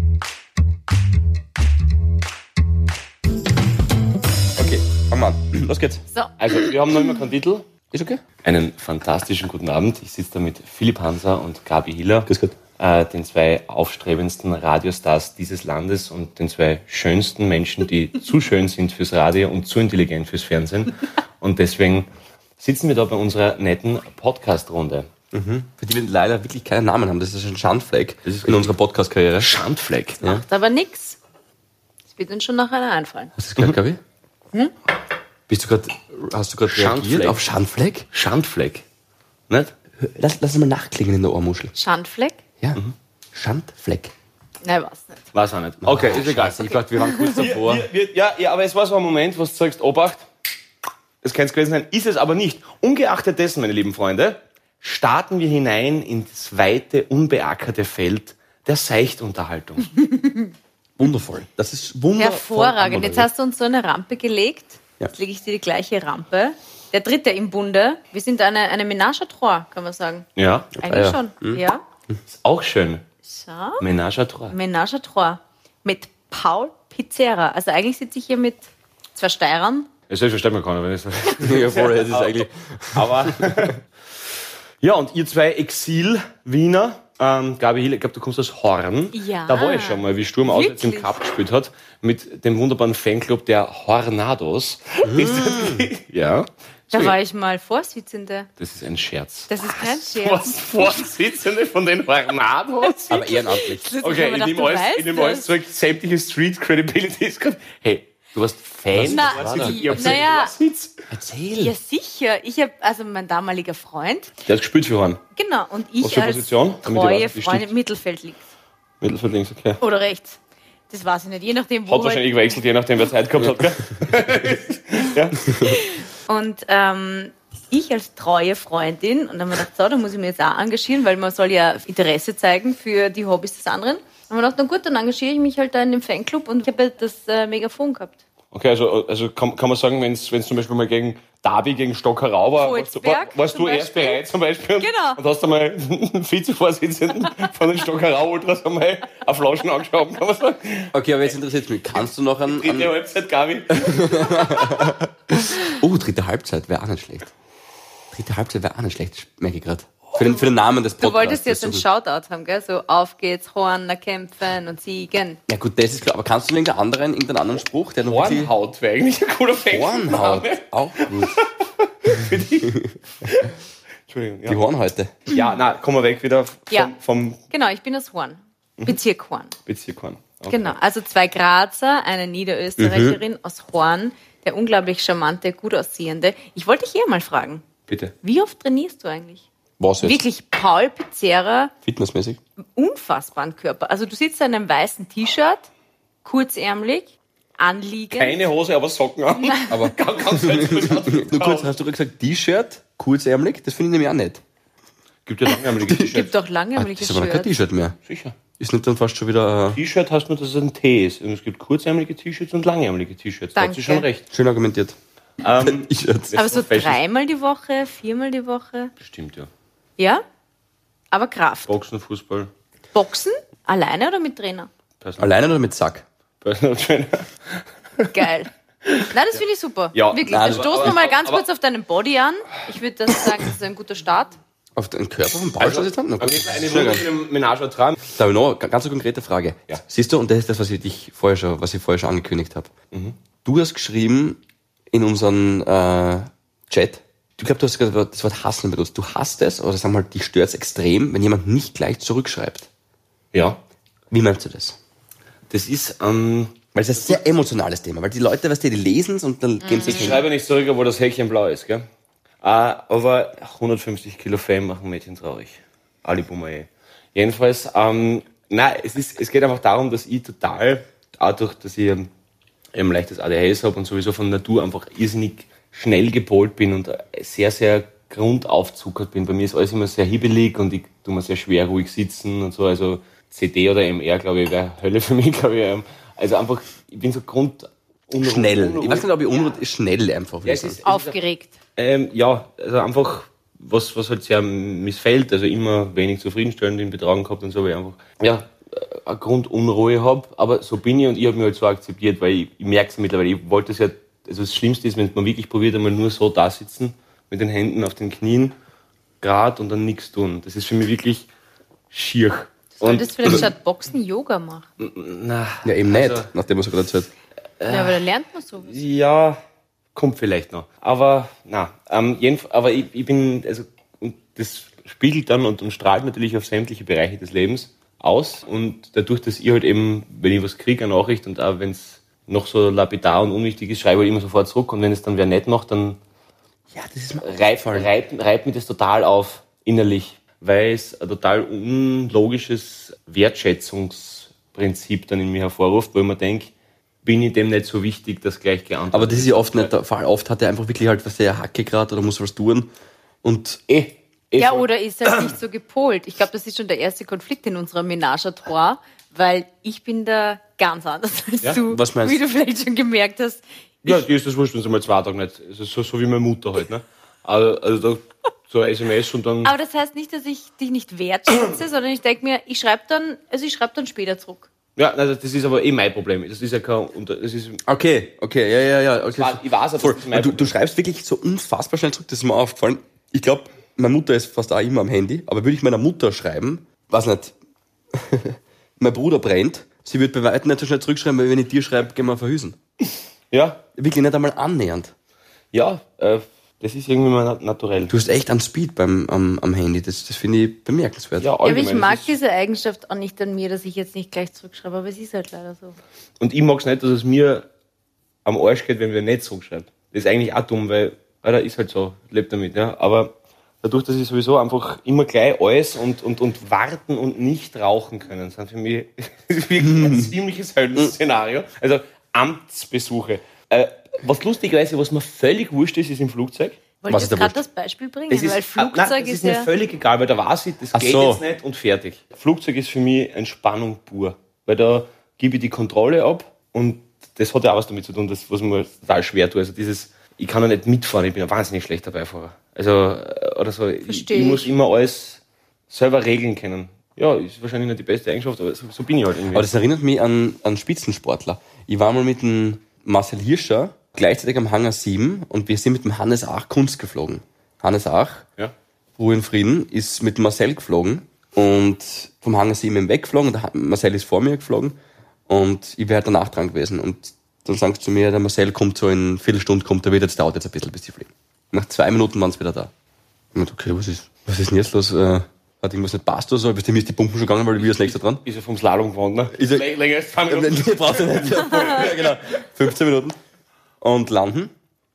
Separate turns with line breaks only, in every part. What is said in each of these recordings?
Los geht's.
So.
Also, wir haben noch immer keinen Titel. Ist okay? Einen fantastischen guten Abend. Ich sitze da mit Philipp Hanser und Gabi Hiller.
Grüß Gott.
Äh, den zwei aufstrebendsten Radiostars dieses Landes und den zwei schönsten Menschen, die zu schön sind fürs Radio und zu intelligent fürs Fernsehen. Und deswegen sitzen wir da bei unserer netten Podcast-Runde.
Für die wir leider wirklich keinen Namen haben. Das ist ein Schandfleck in unserer Podcast-Karriere.
Schandfleck. ne?
Ja.
Macht aber nix. Es wird uns schon noch einer einfallen.
Hast du das gehört, Gabi?
Hm?
Bist du gerade, hast du gerade reagiert
Schandfleck.
auf Schandfleck?
Schandfleck. Nicht?
Lass, lass es mal nachklingen in der Ohrmuschel.
Schandfleck?
Ja. Schandfleck.
Nein, was nicht.
Weiß auch nicht.
Okay, ist egal. Ich dachte, wir waren kurz davor.
Wir, wir, ja, ja, aber es war so ein Moment, wo du sagst, oh, Obacht, es kann es gewesen sein, ist es aber nicht. Ungeachtet dessen, meine lieben Freunde, starten wir hinein ins weite, unbeackerte Feld der Seichtunterhaltung.
Wundervoll. Das ist wundervoll.
Hervorragend. Jetzt hast du uns so eine Rampe gelegt.
Ja.
Jetzt lege ich dir die gleiche Rampe. Der dritte im Bunde. Wir sind eine, eine Menage à trois, kann man sagen.
Ah, Ja, Hm?
Eigentlich
ja.
schon. Ja.
ist auch schön.
So.
Ménage à trois.
Menage à trois. Mit Paul Pizzerra. Also eigentlich sitze ich hier mit zwei Steirern.
Das versteht man keiner, wenn ich so.
ja, voll, das ist eigentlich.
Aber. ja, und ihr zwei Exil-Wiener. Ähm, Gabi Hill, ich glaube, du kommst aus Horn.
Ja.
Da war ich schon mal, wie Sturm auswärts im
Wirklich?
Cup gespielt hat, mit dem wunderbaren Fanclub der Hornados.
Hm.
Ist das- ja.
Da
So,
war ich mal Vorsitzende.
Das ist ein Scherz.
Das ist kein Scherz.
Was Vorsitzende von den Hornados?
Aber ehrenamtlich.
Plötzlich
Okay,
haben
ich
wir
nehme
gedacht,
alles,
du
ich
weißt
nehme alles
das.
zurück. Sämtliche Street Credibility ist gerade. Hey, du warst Fan?
Na,
du warst jetzt-
die-
ihr habt
naja.
Vorsitz.
Erzähl.
Ja, sicher. Ich habe, also mein damaliger Freund,
Der hat gespielt für Horn.
genau, und ich
Was für
als
Position? Damit ihr
treue
weiß, wie
Freundin
steht's.
im Mittelfeld liegt.
Mittelfeld links, okay.
Oder rechts. Das weiß ich nicht, je nachdem, wo.
Hat wahrscheinlich gewechselt, je nachdem, wer Zeit gehabt hat. Gell?
Und ähm, ich als treue Freundin, und dann haben wir gedacht, so, da muss ich mir jetzt auch engagieren, weil man soll ja Interesse zeigen für die Hobbys des anderen. Und wir gedacht, na gut, dann engagiere ich mich halt da in dem Fanclub und ich habe halt das äh, Megafon gehabt.
Okay, also, also kann, kann man sagen, wenn es zum Beispiel mal gegen Derby, gegen Stockerau war, warst du, war,
Volzberg
warst du
zum
erst
Beispiel.
bereit zum Beispiel und-
Genau.
und hast einmal einen Vizevorsitzenden von den Stockerau-Ultras einmal auf Flaschen angeschaut, kann man sagen.
Okay, aber jetzt interessiert mich. Kannst du noch an.
In der
an
Halbzeit, Gabi.
oh, dritte Halbzeit wäre auch nicht schlecht. Dritte Halbzeit wäre auch nicht schlecht, merke ich gerade. Für den, für den Namen des
Du
Podcasts.
wolltest
Das ist
jetzt
so
einen
gut.
Shoutout haben, gell? So, auf geht's, Horner kämpfen und siegen.
Ja gut, das ist klar. Aber kannst du irgendeinen anderen, irgendeinen anderen Spruch, der noch wirklich-
Hornhaut wäre eigentlich ein cooler Fan.
Hornhaut.
Genau.
Auch gut.
Entschuldigung.
Die
Ja,
Hornhäute.
ja na, komm mal weg wieder vom,
Ja.
vom
Genau, ich bin das Horn.
Mhm.
Bezirk Horn.
Bezirk Horn. Okay.
Genau, also zwei Grazer, eine
Mhm.
Niederösterreicherin aus Horn, der unglaublich charmante, gut aussehende. Ich wollte dich eh mal fragen,
Bitte.
wie oft trainierst du eigentlich?
Was jetzt?
Wirklich Paul Pizzerra,
Fitnessmäßig?
unfassbaren Körper. Also du sitzt in einem weißen T-Shirt, kurzärmelig, anliegend.
Keine Hose, aber Socken an.
Aber
Ganz, ganz selbstverständlich.
nur kurz, hast du gerade gesagt T-Shirt, kurzärmelig? Das finde ich nämlich auch nicht.
Gibt ja langärmelige
Gibt
T-Shirts.
doch
Ah,
langärmeliges
das ist aber kein
Shirt.
T-Shirt mehr.
Sicher.
Ist nicht dann fast schon wieder... Äh,
T-Shirt hast du, dass es ein T ist. Und es gibt kurzärmelige T-Shirts und langärmelige T-Shirts. Da hat sie
Danke.
schon recht.
äh, schön argumentiert.
Ähm,
T-Shirt.
Aber so
Fashion.
dreimal die Woche, viermal die Woche.
stimmt ja.
Ja, aber Kraft.
Boxen, Fußball,
Boxen? Alleine oder mit Trainer?
Personal,
Alleine oder mit Sack?
Personal Trainer.
Geil. Nein, das finde ich super.
Ja,
Wirklich.
nein,
Dann
das-
stoßen wir
aber-
mal ganz
aber-
kurz auf deinen Body an. Ich würde das sagen, das ist ein guter Start.
Auf den Körper von Paul also, dann? Na gut, das
Eine
ist schon geil.
wunderschöne Menage à trois.
Da habe ich noch eine ganz eine konkrete Frage.
Ja.
Siehst du, und das ist das, was ich dich vorher schon, was ich vorher schon angekündigt habe. Du hast geschrieben in unserem äh, Chat, du glaubst, du hast gerade das Wort hassen benutzt. Du hasst es, oder sag mal, dich stört es extrem, wenn jemand nicht gleich zurückschreibt.
Ja,
Wie meinst du das?
das ist, ähm,
Weil es ist ein sehr emotionales Thema, weil die Leute, weißt du, die lesen es und dann geben sie es
ich
hin.
schreibe nicht zurück, obwohl das Häkchen blau ist, gell? Äh, aber 150 Kilo Fame machen Mädchen traurig. Ali Boumaier. Jedenfalls, ähm, nein, es, ist, es geht einfach darum, dass ich total, dadurch, dass ich ähm, eben leichtes ADHS habe und sowieso von Natur einfach irrsinnig schnell gepolt bin und sehr, sehr grundaufzuckert bin. Bei mir ist alles immer sehr hibbelig und ich tue mir sehr schwer ruhig sitzen und so. Also CD oder MR, glaube ich, wäre Hölle für mich, glaube ich. ähm. Also einfach, ich bin so grund...
Schnell. Ich weiß nicht, ob ich unruhig ist. Schnell einfach.
Ja,
Ja,
es ist,
Aufgeregt.
ähm, ja, also einfach, was, was halt sehr missfällt, also immer wenig zufriedenstellend in Betragen gehabt und so, weil ich einfach, ja, äh, eine Grundunruhe habe, aber so bin ich und ich habe mich halt so akzeptiert, weil ich, ich merke es mittlerweile, ich wollte es ja also das Schlimmste ist, wenn man wirklich probiert, einmal nur so da sitzen, mit den Händen auf den Knien, gerade und dann nichts tun. Das ist für mich wirklich schier. Und, also
Könntest du vielleicht statt Boxen Yoga machen?
na,
Ja, eben
Also-
nicht, nachdem was er gerade erzählt.
Äh.
Ja, aber da lernt man sowas.
Ja, kommt vielleicht noch. Aber na, ähm, jedenf- aber ich, ich bin, also und das spiegelt dann und, und strahlt natürlich auf sämtliche Bereiche des Lebens aus. Und dadurch, dass ich halt eben, wenn ich was kriege, eine Nachricht und auch wenn es noch so lapidar und unwichtig ist, schreibe ich halt immer sofort zurück. Und wenn es dann wer nett macht, dann
Ja, das ist mir
reibt, reibt, reibt mir das total auf innerlich, weil es ein total unlogisches Wertschätzungsprinzip dann in mir hervorruft, weil man denkt, bin ich dem nicht so wichtig, dass gleich geantwortet
Aber das ist ja oft nicht der Fall. Oft hat er einfach wirklich halt was der Hacke gerade oder muss was tun. Und
Eh, eh
Ja,
voll.
oder ist halt nicht so gepolt. Ich glaube, das ist schon der erste Konflikt in unserer Ménage à Trois, weil ich bin da ganz anders als
Ja,
du.
was meinst
Wie
du?
du vielleicht schon gemerkt hast.
Ja, dir ist das wurscht, wenn es mal zwei Tage nicht. Es ist so, so wie meine Mutter halt, ne? Also, also da, so eine SMS und dann.
Aber das heißt nicht, dass ich dich nicht wertschätze, sondern ich denke mir, ich schreibe dann, also ich schreibe dann später zurück.
Ja, nein, das ist aber eh mein Problem. Das ist ja kein. Unter, das ist,
okay, okay, ja, ja, ja. Okay.
war- ich weiß, aber
Voll.
das ist mein
du, du
Problem.
schreibst wirklich so unfassbar schnell zurück, das ist mir auch aufgefallen. Ich glaube, meine Mutter ist fast auch immer am Handy, aber würde ich meiner Mutter schreiben, weiß nicht, mein Bruder brennt, sie wird bei weitem nicht so schnell zurückschreiben, weil wenn ich dir schreibe, gehen wir verhüsen.
ja,
Wirklich nicht einmal annähernd.
ja, äh, das ist irgendwie mal nat- naturell.
Du hast echt an Speed beim, am, am Handy, das, das finde ich bemerkenswert.
Ja,
Ja, aber ich
allgemein,
mag
das ist,
diese Eigenschaft auch nicht an mir, dass ich jetzt nicht gleich zurückschreibe, aber es ist halt leider so.
Und ich mag es nicht, dass es mir am Arsch geht, wenn wir nicht zurückschreibt. Das ist eigentlich auch dumm, weil, Alter, ist halt so, lebt damit, ja. Aber dadurch, dass ich sowieso einfach immer gleich alles und, und, und warten und nicht rauchen können, sind für mich wirklich ein ziemliches Höllenszenario. Also Amtsbesuche. Äh, was lustigerweise, was mir völlig wurscht ist, ist im Flugzeug.
Wollte
Was ist
ich
da
jetzt gerade
wurscht?
das Beispiel bringen,
Das ist,
weil
ah,
Flugzeug
nein, das
ist,
ist mir
ja.
völlig egal, weil da weiß ich, das
Ach
geht
so.
jetzt nicht und fertig. Flugzeug ist für mich Entspannung pur, weil da gebe ich die Kontrolle ab und das hat ja auch was damit zu tun, das, was mir total schwer tut. Also dieses, ich kann ja nicht mitfahren, ich bin ein wahnsinnig schlechter Beifahrer. Also, äh, oder so, ich,
Versteh
ich muss
ich.
immer alles selber regeln können. Ja, ist wahrscheinlich nicht die beste Eigenschaft, aber so, so bin ich halt irgendwie.
Aber das erinnert mich an, an Spitzensportler. Ich war mal mit dem Marcel Hirscher gleichzeitig am Hangar 7 und wir sind mit dem Hannes Ach Kunst geflogen. Hannes Ach,
ja.
Ruhe in Frieden, ist mit Marcel geflogen und vom Hangar 7 eben weggeflogen und der Ha- Marcel ist vor mir geflogen und ich wäre halt danach dran gewesen und dann sagen sie zu mir, der Marcel kommt so in Viertelstunde, kommt er wieder, jetzt dauert jetzt ein bisschen, bis die fliegen. Nach zwei Minuten waren sie wieder da. Ich meinte, okay, was ist, was ist denn jetzt los? Äh, hat irgendwas nicht passt oder so? Bis dem ist die Pumpen schon gegangen, weil wir als nächster dran.
Ist ja vom Slalom gewonnen, ne?
Ist ja-
Läng- länger als zwei Minuten.
Die brauchst du nicht. ja, genau. 15 Minuten. Und landen.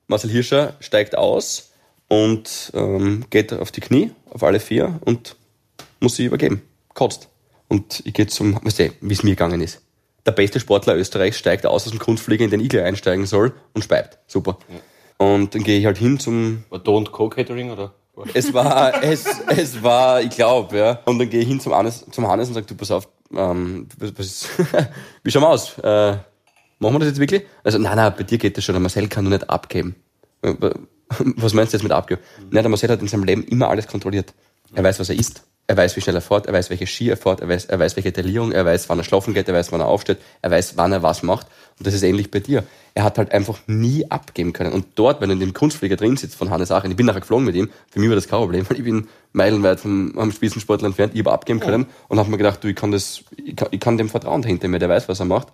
Marcel Hirscher steigt aus und ähm, geht auf die Knie, auf alle vier und muss sie übergeben. Kotzt. Und ich gehe zum, weißt du, wie es mir gegangen ist. Der beste Sportler Österreichs steigt aus aus dem Kunstflieger, in den Igel einsteigen soll und speibt. Super. Und dann gehe ich halt hin zum
War Don't Co-Catering, oder?
es war, es, es war, ich glaube, ja. Und dann gehe ich hin zum Hannes, zum Hannes und sage, du, pass auf, ähm, was, was ist, wie schauen wir aus? Äh, machen wir das jetzt wirklich? Also, nein, nein, bei dir geht das schon, der Marcel kann nur nicht abgeben. Äh, Was meinst du jetzt mit abgeben? Nein, der Marcel hat in seinem Leben immer alles kontrolliert. Er weiß, was er isst. Er weiß, wie schnell er fährt, er weiß, welche Ski er fährt, er weiß, er weiß, welche Delierung, er weiß, wann er schlafen geht, er weiß, wann er aufsteht, er weiß, wann er was macht. Und das ist ähnlich bei dir. Er hat halt einfach nie abgeben können. Und dort, wenn du in dem Kunstflieger drin sitzt von Hannes Aachen, ich bin nachher geflogen mit ihm, für mich war das kein Problem, weil ich bin meilenweit vom, vom Spitzensportler entfernt, ich habe abgeben können und habe mir gedacht, du, ich kann das, ich kann, ich kann dem vertrauen hinter mir, der weiß, was er macht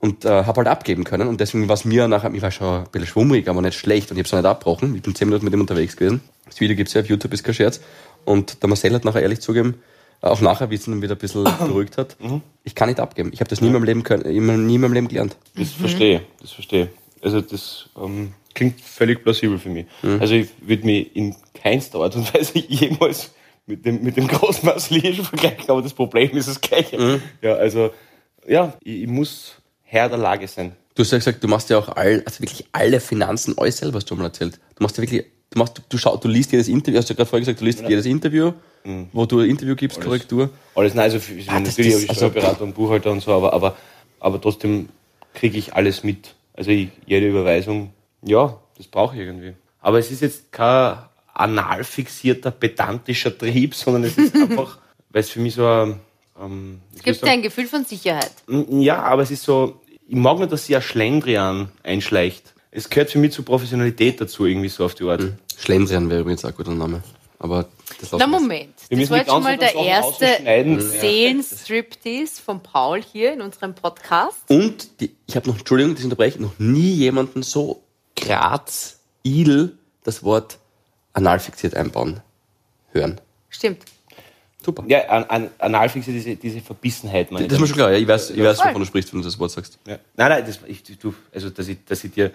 und äh, habe halt abgeben können. Und deswegen war es mir nachher, ich war schon ein bisschen schwummrig, aber nicht schlecht und ich habe es nicht abgebrochen. Ich bin zehn Minuten mit ihm unterwegs gewesen. Das Video gibt's ja auf YouTube, ist kein Scherz. Und der Marcel hat nachher ehrlich zugeben, äh, auch nachher, wie es ihn dann wieder ein bisschen beruhigt hat, ich kann nicht abgeben. Ich habe das nie in meinem Leben können, immer, nie in meinem Leben gelernt.
Das verstehe, das verstehe. Also das ähm, klingt völlig plausibel für mich. Also ich würde mich in keinster Art und Weise jemals mit dem, mit dem großen Marseillischen vergleichen, aber das Problem ist das gleiche. Ja, also ja, ich, ich muss Herr der Lage sein.
Du hast ja gesagt, du machst ja auch all, also wirklich alle Finanzen alles selber, hast du mal erzählt. Du machst ja wirklich, du machst, du, du schau, du liest jedes Interview, hast du gerade vorher gesagt, du liest jedes Interview, wo du ein Interview gibst, Korrektur.
Alles, nein, also für, ich meine,
das-
natürlich
das-
habe ich
also-
Steuerberater und Buchhalter und so, aber, aber, aber trotzdem kriege ich alles mit. Also ich, jede Überweisung, ja, das brauche ich irgendwie. Aber es ist jetzt kein anal fixierter, pedantischer Trieb, sondern es ist einfach, weil es für mich so ein... Ähm, wie soll ich
Gibt dir
sagen?
ein Gefühl von Sicherheit?
Mm, Ja, aber es ist so, ich mag nicht, dass sie ja Schlendrian einschleicht. es gehört für mich zur Professionalität dazu, irgendwie so auf die Art.
Schlendrian wäre übrigens auch ein guter Name. Aber das lassen
Na
wir jetzt.
Moment, das
Wir müssen
war
die
jetzt schon mal
ganzen
der
Sachen
erste
ausschneiden.
Seelenstriptease von Paul hier in unserem Podcast.
Und die, ich habe noch, Entschuldigung, das unterbreche, ich, noch nie jemanden so Graz, Idel das Wort anal fixiert einbauen hören.
Stimmt.
Super.
Ja, an, an, Analfixe, diese, diese Verbissenheit, meine
Das ist mir schon klar, ja, ich weiß, ich weiß
Voll.
wovon du sprichst, wenn du das Wort sagst.
Ja. Nein, nein, das, ich, du, also, dass ich, dass ich dir,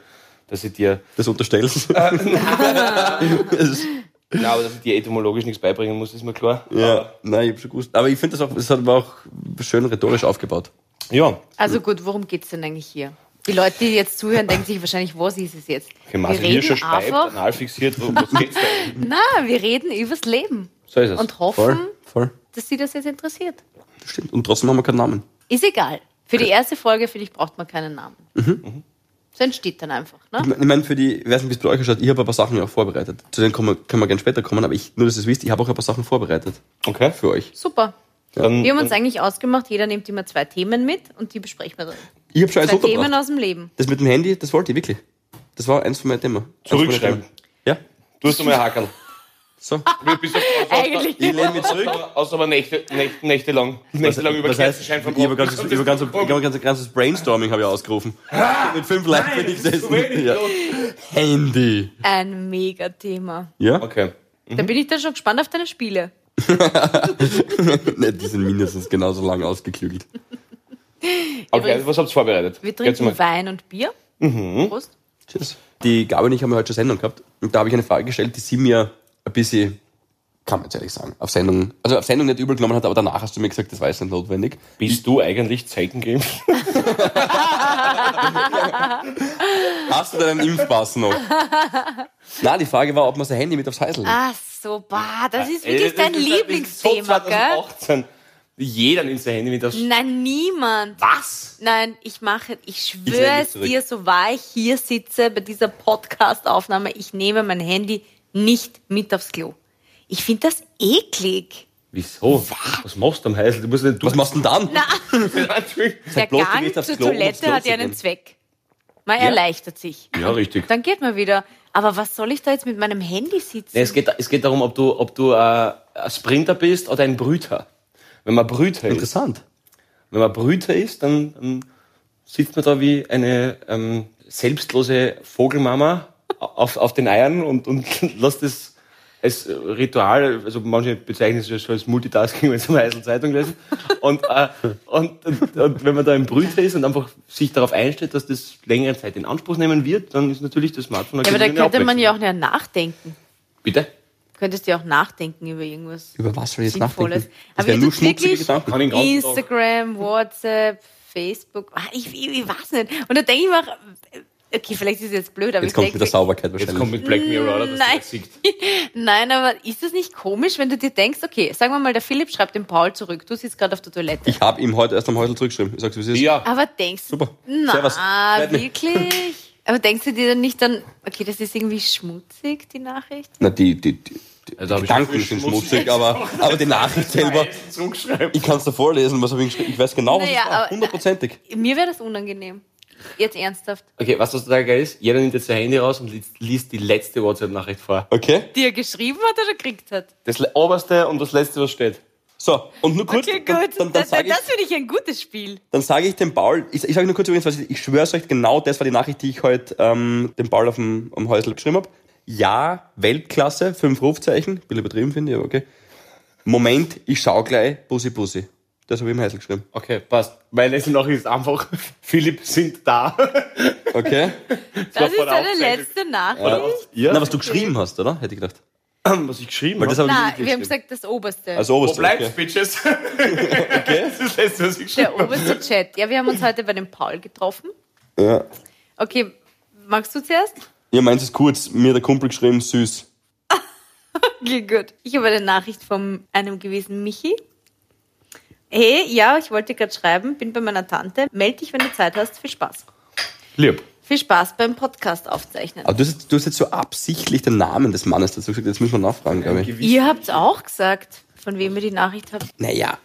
dass ich dir,
Das unterstellst.
Äh,
Das ist-
na, aber dass ich dir etymologisch nichts beibringen muss, ist mir klar.
ja, nein, ich habe schon gewusst. Aber ich finde das auch, das hat aber auch schön rhetorisch aufgebaut.
Ja,
Also gut, worum geht's denn eigentlich hier? Die Leute, die jetzt zuhören, denken sich wahrscheinlich, was ist es jetzt?
okay, Martin Hirscher schreibt, analfixiert, wo- was geht's da?
na, wir reden übers Leben
So ist es.
und hoffen,
Voll, voll.
dass sie das jetzt interessiert.
Das stimmt. Und trotzdem haben wir keinen Namen.
Ist egal. Für die erste Folge, finde ich, braucht man keinen Namen. So entsteht dann einfach.
Ich
Ne?
meine, ich mein, für die, ich weiß nicht, wie es bei euch ausschaut, ich habe ein paar Sachen ja auch vorbereitet. Zu denen können wir, können wir gerne später kommen, aber ich, nur, dass ihr es wisst, ich habe auch ein paar Sachen vorbereitet
okay.
für euch.
Super.
Dann,
Wir haben uns
dann,
eigentlich ausgemacht, jeder nimmt immer zwei Themen mit und die besprechen wir dann.
Ich habe schon eins
Zwei Themen
untergebracht.
aus dem Leben.
Das mit dem Handy, das wollte ich wirklich. Das war eins von meinen Themen. Eins von meinen
Zurückschreiben. Ah,
Themen. Ja,
du hast einmal Hackerl.
so.
Bis auf- auf-
Eigentlich.
Ich lehne mich zurück.
Außer- Außer aber Nächte, Nächte, nächtelang. Nächtelang über
das heißt, ich
Kerzenschein Oh,
habe
verbrochen.
ein ganzes, über ganz, über ganz, ganz, ganzes Brainstorming habe ich ausgerufen.
Ah,
Mit fünf Leuten bin ich gesessen. Ja. Handy.
Ein Mega-Thema.
Ja?
Okay.
Da bin ich dann schon gespannt auf deine Spiele.
Ne, die sind mindestens genauso lang ausgeklügelt.
Okay, also was habt ihr vorbereitet?
Wir
Jetzt mal.
trinken Wein und Bier. Prost.
Tschüss. Die Gabi und ich haben ja heute schon Sendung gehabt. Und da habe ich eine Frage gestellt, die sie mir ein bisschen, kann man jetzt ehrlich sagen, auf Sendung, also auf Sendung nicht übel genommen hat, aber danach hast du mir gesagt, das war jetzt nicht notwendig.
Bist du eigentlich Zeichen geimpft?
Hast du deinen Impfpass noch? Na, die Frage war, ob man sein Handy mit aufs Heisel nimmt.
Ach so, bah, Ah, das ist
Äh,
wirklich dein Lieblingsthema, gell?
2018. Jeder nimmt sein Handy mit aufs...
Nein, niemand.
Was?
Nein, ich mache, ich
lehne
schwöre
mich
es
zurück.
dir, so wahr ich hier sitze bei dieser Podcast-Aufnahme, ich nehme mein Handy nicht mit aufs Klo. Ich finde das eklig.
Wieso? Was machst du am Heisel? Du musst nicht... Du
Was machst du denn dann?
Der
bloß, du
Gang
gehst aufs
zur
Klo, um aufs
Toilette
Klo
hat
zu
ja einen
gehen.
Zweck. Man erleichtert sich.
Ja, richtig.
Dann geht man wieder. Aber was soll ich da jetzt mit meinem Handy sitzen?
Nee, es, geht, es geht darum, ob du, ob du äh, ein Sprinter bist oder ein Brüter. Wenn man Brüter ist,
Interessant.
wenn man Brüter ist, dann, dann sitzt man da wie eine ähm, selbstlose Vogelmama auf, auf den Eiern und, und lässt es als Ritual, also manche bezeichnen es ja schon als Multitasking, wenn sie mal Eisel Zeitung lesen. Und, äh, und, und, und wenn man da ein Brüter ist und einfach sich darauf einstellt, dass das längere Zeit in Anspruch nehmen wird, dann ist natürlich das Smartphone...
ja, aber da
eine
könnte man
Abwechslung.
ja auch nicht nachdenken.
Bitte?
Könntest du ja auch nachdenken über irgendwas.
Über was soll ich jetzt
Sinnvolles.
nachdenken?
Aber
Das wären
ihr
nur
tut's
schmutzige
wirklich-
Gedanken.
Kann ich den ganzen Tag-
Instagram, WhatsApp, Facebook. Ah, Ich, ich, ich weiß nicht. Und da denke ich mir auch, okay, vielleicht ist es jetzt blöd, aber
Jetzt
ich
kommt
denke
mit der Sauberkeit
Jetzt
wahrscheinlich.
kommt mit Black Mirror, oder? Dass
Nein.
du das siehst.
Nein, aber ist das nicht komisch, wenn du dir denkst, okay, sagen wir mal, der Philipp schreibt dem Paul zurück, du sitzt gerade auf der Toilette.
Ich habe ihm heute erst am Häusl zurückgeschrieben. Ich sag's, wie es ist.
Ja.
Aber denkst du,
Super. Servus.
na,
Freut mich.
wirklich? Aber denkst du dir dann nicht dann, okay, das ist irgendwie schmutzig, die Nachricht?
Na, die, die, die, die
Also hab ich
Gedanken
schon
sind
schmutzig.
schmutzig, aber, aber die Nachricht selber. Ich kann's dir vorlesen, was hab ich geschrieben. Ich weiß genau, was
Naja,
es war.
aber-
Hundertprozentig.
Mir wäre das unangenehm. Jetzt ernsthaft.
Okay, was das da geil ist, jeder nimmt jetzt sein Handy raus und liest, liest die letzte WhatsApp-Nachricht vor.
Okay?
Dir geschrieben hat oder gekriegt hat?
Das le- oberste und das letzte, was steht.
So, und nur kurz.
Okay,
Dann,
gut.
dann, dann
das
sage ich,
das finde ich ein gutes Spiel.
dann sag ich dem Paul, ich, ich sage nur kurz übrigens, was ich, ich schwör's euch, genau das war die Nachricht, die ich heute ähm, dem Paul auf dem am Häusl geschrieben hab. Ja, Weltklasse, fünf Rufzeichen. Ein bisschen übertrieben, finde ich, aber okay. Moment, ich schau gleich. Bussi, Bussi. Das habe ich im Häusl geschrieben.
Okay, passt. Meine letzte Nachricht ist einfach, Philipp sind da.
Okay?
Das
war vor
ist
der
deine
Aufzeichnung.
letzte Nachricht.
Ja,
Na, was du geschrieben hast, oder? Hätte ich gedacht.
was ich geschrieben
Weil das
habe.
habe ich
Nein,
nicht
wir haben
geschrieben.
gesagt, das oberste.
Also
Wo
oberste.
bleibt's,
okay.
Bitches? Das ist das letzte, was ich geschrieben
der oberste Chat. Ja, wir haben uns heute bei dem Paul getroffen.
Ja.
Okay, magst du zuerst?
ja, meins ist kurz. Mir hat der Kumpel geschrieben, süß.
Okay, gut. Ich habe eine Nachricht von einem gewissen Michi. Hey, ja, ich wollte gerade schreiben, bin bei meiner Tante. Meld dich, wenn du Zeit hast. Viel Spaß.
Lieb.
Viel Spaß beim Podcast aufzeichnen.
Aber du hast, jetzt- du hast jetzt so absichtlich den Namen des Mannes dazu gesagt. Jetzt müssen wir nachfragen, glaube ich.
Ihr habt's auch gesagt, von wem ihr die Nachricht habt.
Naja,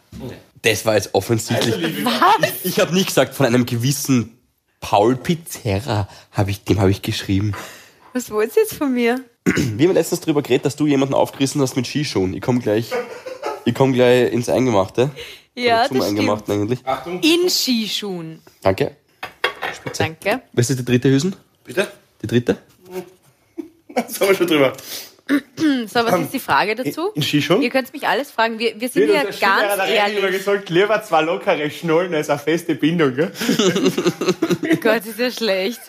das war jetzt offensichtlich. Ich habe nicht gesagt von einem gewissen Paul Pizzerra, hab ich, dem habe ich geschrieben.
Was wollt ihr jetzt von mir?
Wir haben letztens drüber geredet, dass du jemanden aufgerissen hast mit Skischuhen. Ich komme gleich, ich komm gleich ins Eingemachte.
Ja,
Oder zum
das stimmt.
Eingemachten eigentlich.
Achtung.
In Skischuhen.
Danke.
Danke.
Was ist die dritte Hüsen?
Bitte?
Die dritte?
Das haben wir schon drüber.
So, was ist die Frage dazu?
in Skischuh?
Ihr könnt mich alles fragen. Wir, wir sind ja ganz ehrlich.
gesagt, lieber zwei lockere Schnullen als eine feste Bindung. Gell?
Oh Gott, ist ja schlecht.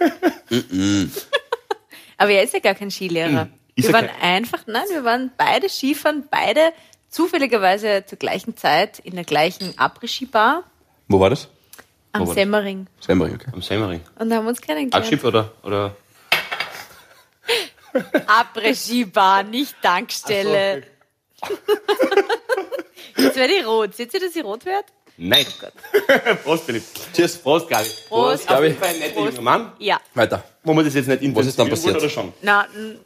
Aber er ist ja gar kein Skilehrer.
Ist
wir
er
waren
kein-
einfach, nein, wir waren beide Skifahren, beide zufälligerweise zur gleichen Zeit in der gleichen Après-Ski-Bar
Wo war das?
am
war das?
Semmering
Semmering, okay.
Am Semmering.
und haben uns kennengelernt.
Abschieb oder, oder?
Après-Ski-Bar, nicht Tankstelle. Jetzt werde ich rot. Seht ihr, dass ich rot werde?
Nein. Oh Prost, Philipp.
Tschüss.
Prost, Gabi.
Prost.
Gabi. Auf jeden Fall ein netter junger Mann.
Ja.
Weiter.
Wo man das jetzt nicht
Was ist dann
intensivieren
passiert?
Oder schon?
Na, n-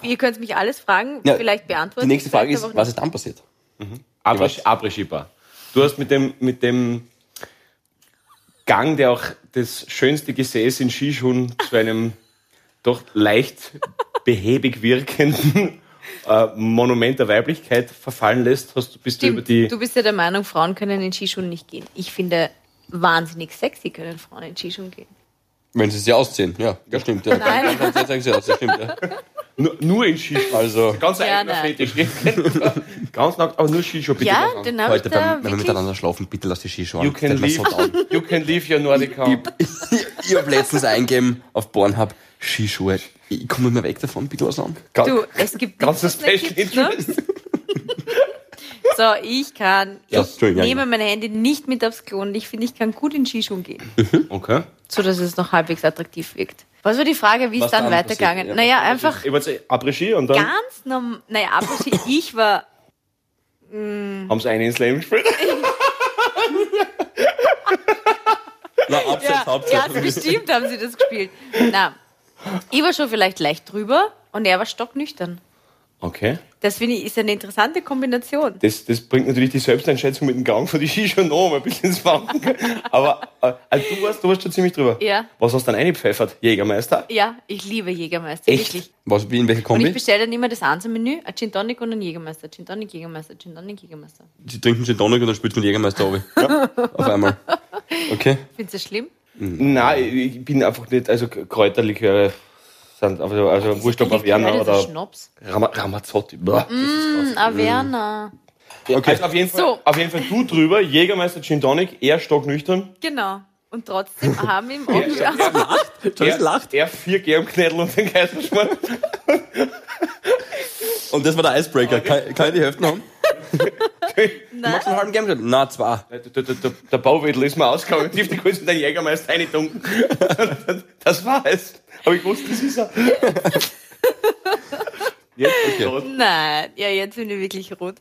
ihr könnt mich alles fragen,
Ja,
vielleicht beantworten.
Die nächste Frage
vielleicht
ist,
aber auch
was ist dann passiert?
Abrisch- Abrischibar. Du hast mit dem, mit dem Gang, der auch das schönste Gesäß in Skischuhen zu einem doch leicht behäbig wirkenden äh, Monument der Weiblichkeit verfallen lässt, hast, du- bist du über
Stimmt,
die.
du bist ja der Meinung, Frauen können in Skischuhen nicht gehen. Ich finde, wahnsinnig sexy können Frauen in Skischuhen gehen.
Wenn sie es ja ausziehen, ja, das stimmt. Ja.
Nein.
Dann zeigen sie aus, das stimmt, ja.
Nur, nur in Skischuhen.
Also,
Ganz
Ja,
eigener
nein.
Fetisch. Ganz nackt, aber nur Skischuhe bitte.
ja,
drauf an.
den habe ich
heute,
da
beim, wenn wir
wirklich...
miteinander schlafen, bitte lass die Skischuhe
You
an.
can,
Seid mal
leave,
so down.
you can leave your Nordica.
Ich habe letztens eingegeben auf Pornhub, Skischuhe. Ich komme nicht mehr weg davon, bitte lass an.
Du, es gibt
Ganzes
nichts, was nicht
Special
gibt, ne? So, ich kann,
Ja,
ich
Entschuldigung, ja, genau.
nehme
ja.
mein Handy nicht mit aufs Klo und ich finde, ich kann gut in Skischuhen gehen,
Okay.
so dass es noch halbwegs attraktiv wirkt. Was war die Frage, wie es
Was
dann
dann passiert,
weitergegangen?
ja.
naja, einfach
Ich wollte sagen, Abrischi und dann
ganz normal. Naja, aber ich war
haben sie einen ins Leben gespielt.
Na, abseits,
Ja, ja bestimmt haben sie das gespielt. Na, ich war schon vielleicht leicht drüber und er war stocknüchtern.
Okay.
Das finde ich ist eine interessante Kombination.
das, das bringt natürlich die Selbsteinschätzung mit dem Gang von die Skischuhe noch mal ein bisschen ins Wanken. Aber äh, also du, warst, du warst schon ziemlich drüber.
Ja.
Was hast du dann eingepfeffert? Jägermeister?
Ja, ich liebe Jägermeister,
Echt?
wirklich.
Was, wie, in welcher
Und ich
Kombi?
bestelle dann immer das Ansa-Menü, ein Gin Tonic und ein Jägermeister, Gin Tonic, Jägermeister, Gin Tonic, Jägermeister.
Sie trinken Gin Tonic und dann spielt man Jägermeister runter. Ja, auf einmal. Okay.
Findest du das schlimm?
Nein, ich ich bin einfach nicht, also Kräuterliköre sind, also, also Wurscht ob Averna
Liköre, das ist
oder
Schnaps.
Ram Ramazzotti. Blah.
Hm, Averna.
Okay.
Also auf jeden, Fall,
So.
auf jeden Fall du drüber, Jägermeister Gin Tonic, er stocknüchtern,
Genau. Und trotzdem haben wir im Augenblick
er, er vier Germknädel und den Kaiserschmarrn.
Und das war der Icebreaker. Kann, kann ich die Hälften haben? Magst du einen halben Gamble? Na, zwei.
Der, der, der, der Bauwedel ist mir ausgegangen, tief die kurz in den Jägermeister reingetunken. Das war es. Aber ich wusste, das ist er. Jetzt ist
Okay.
okay.
Nein, ja, jetzt bin ich wirklich rot.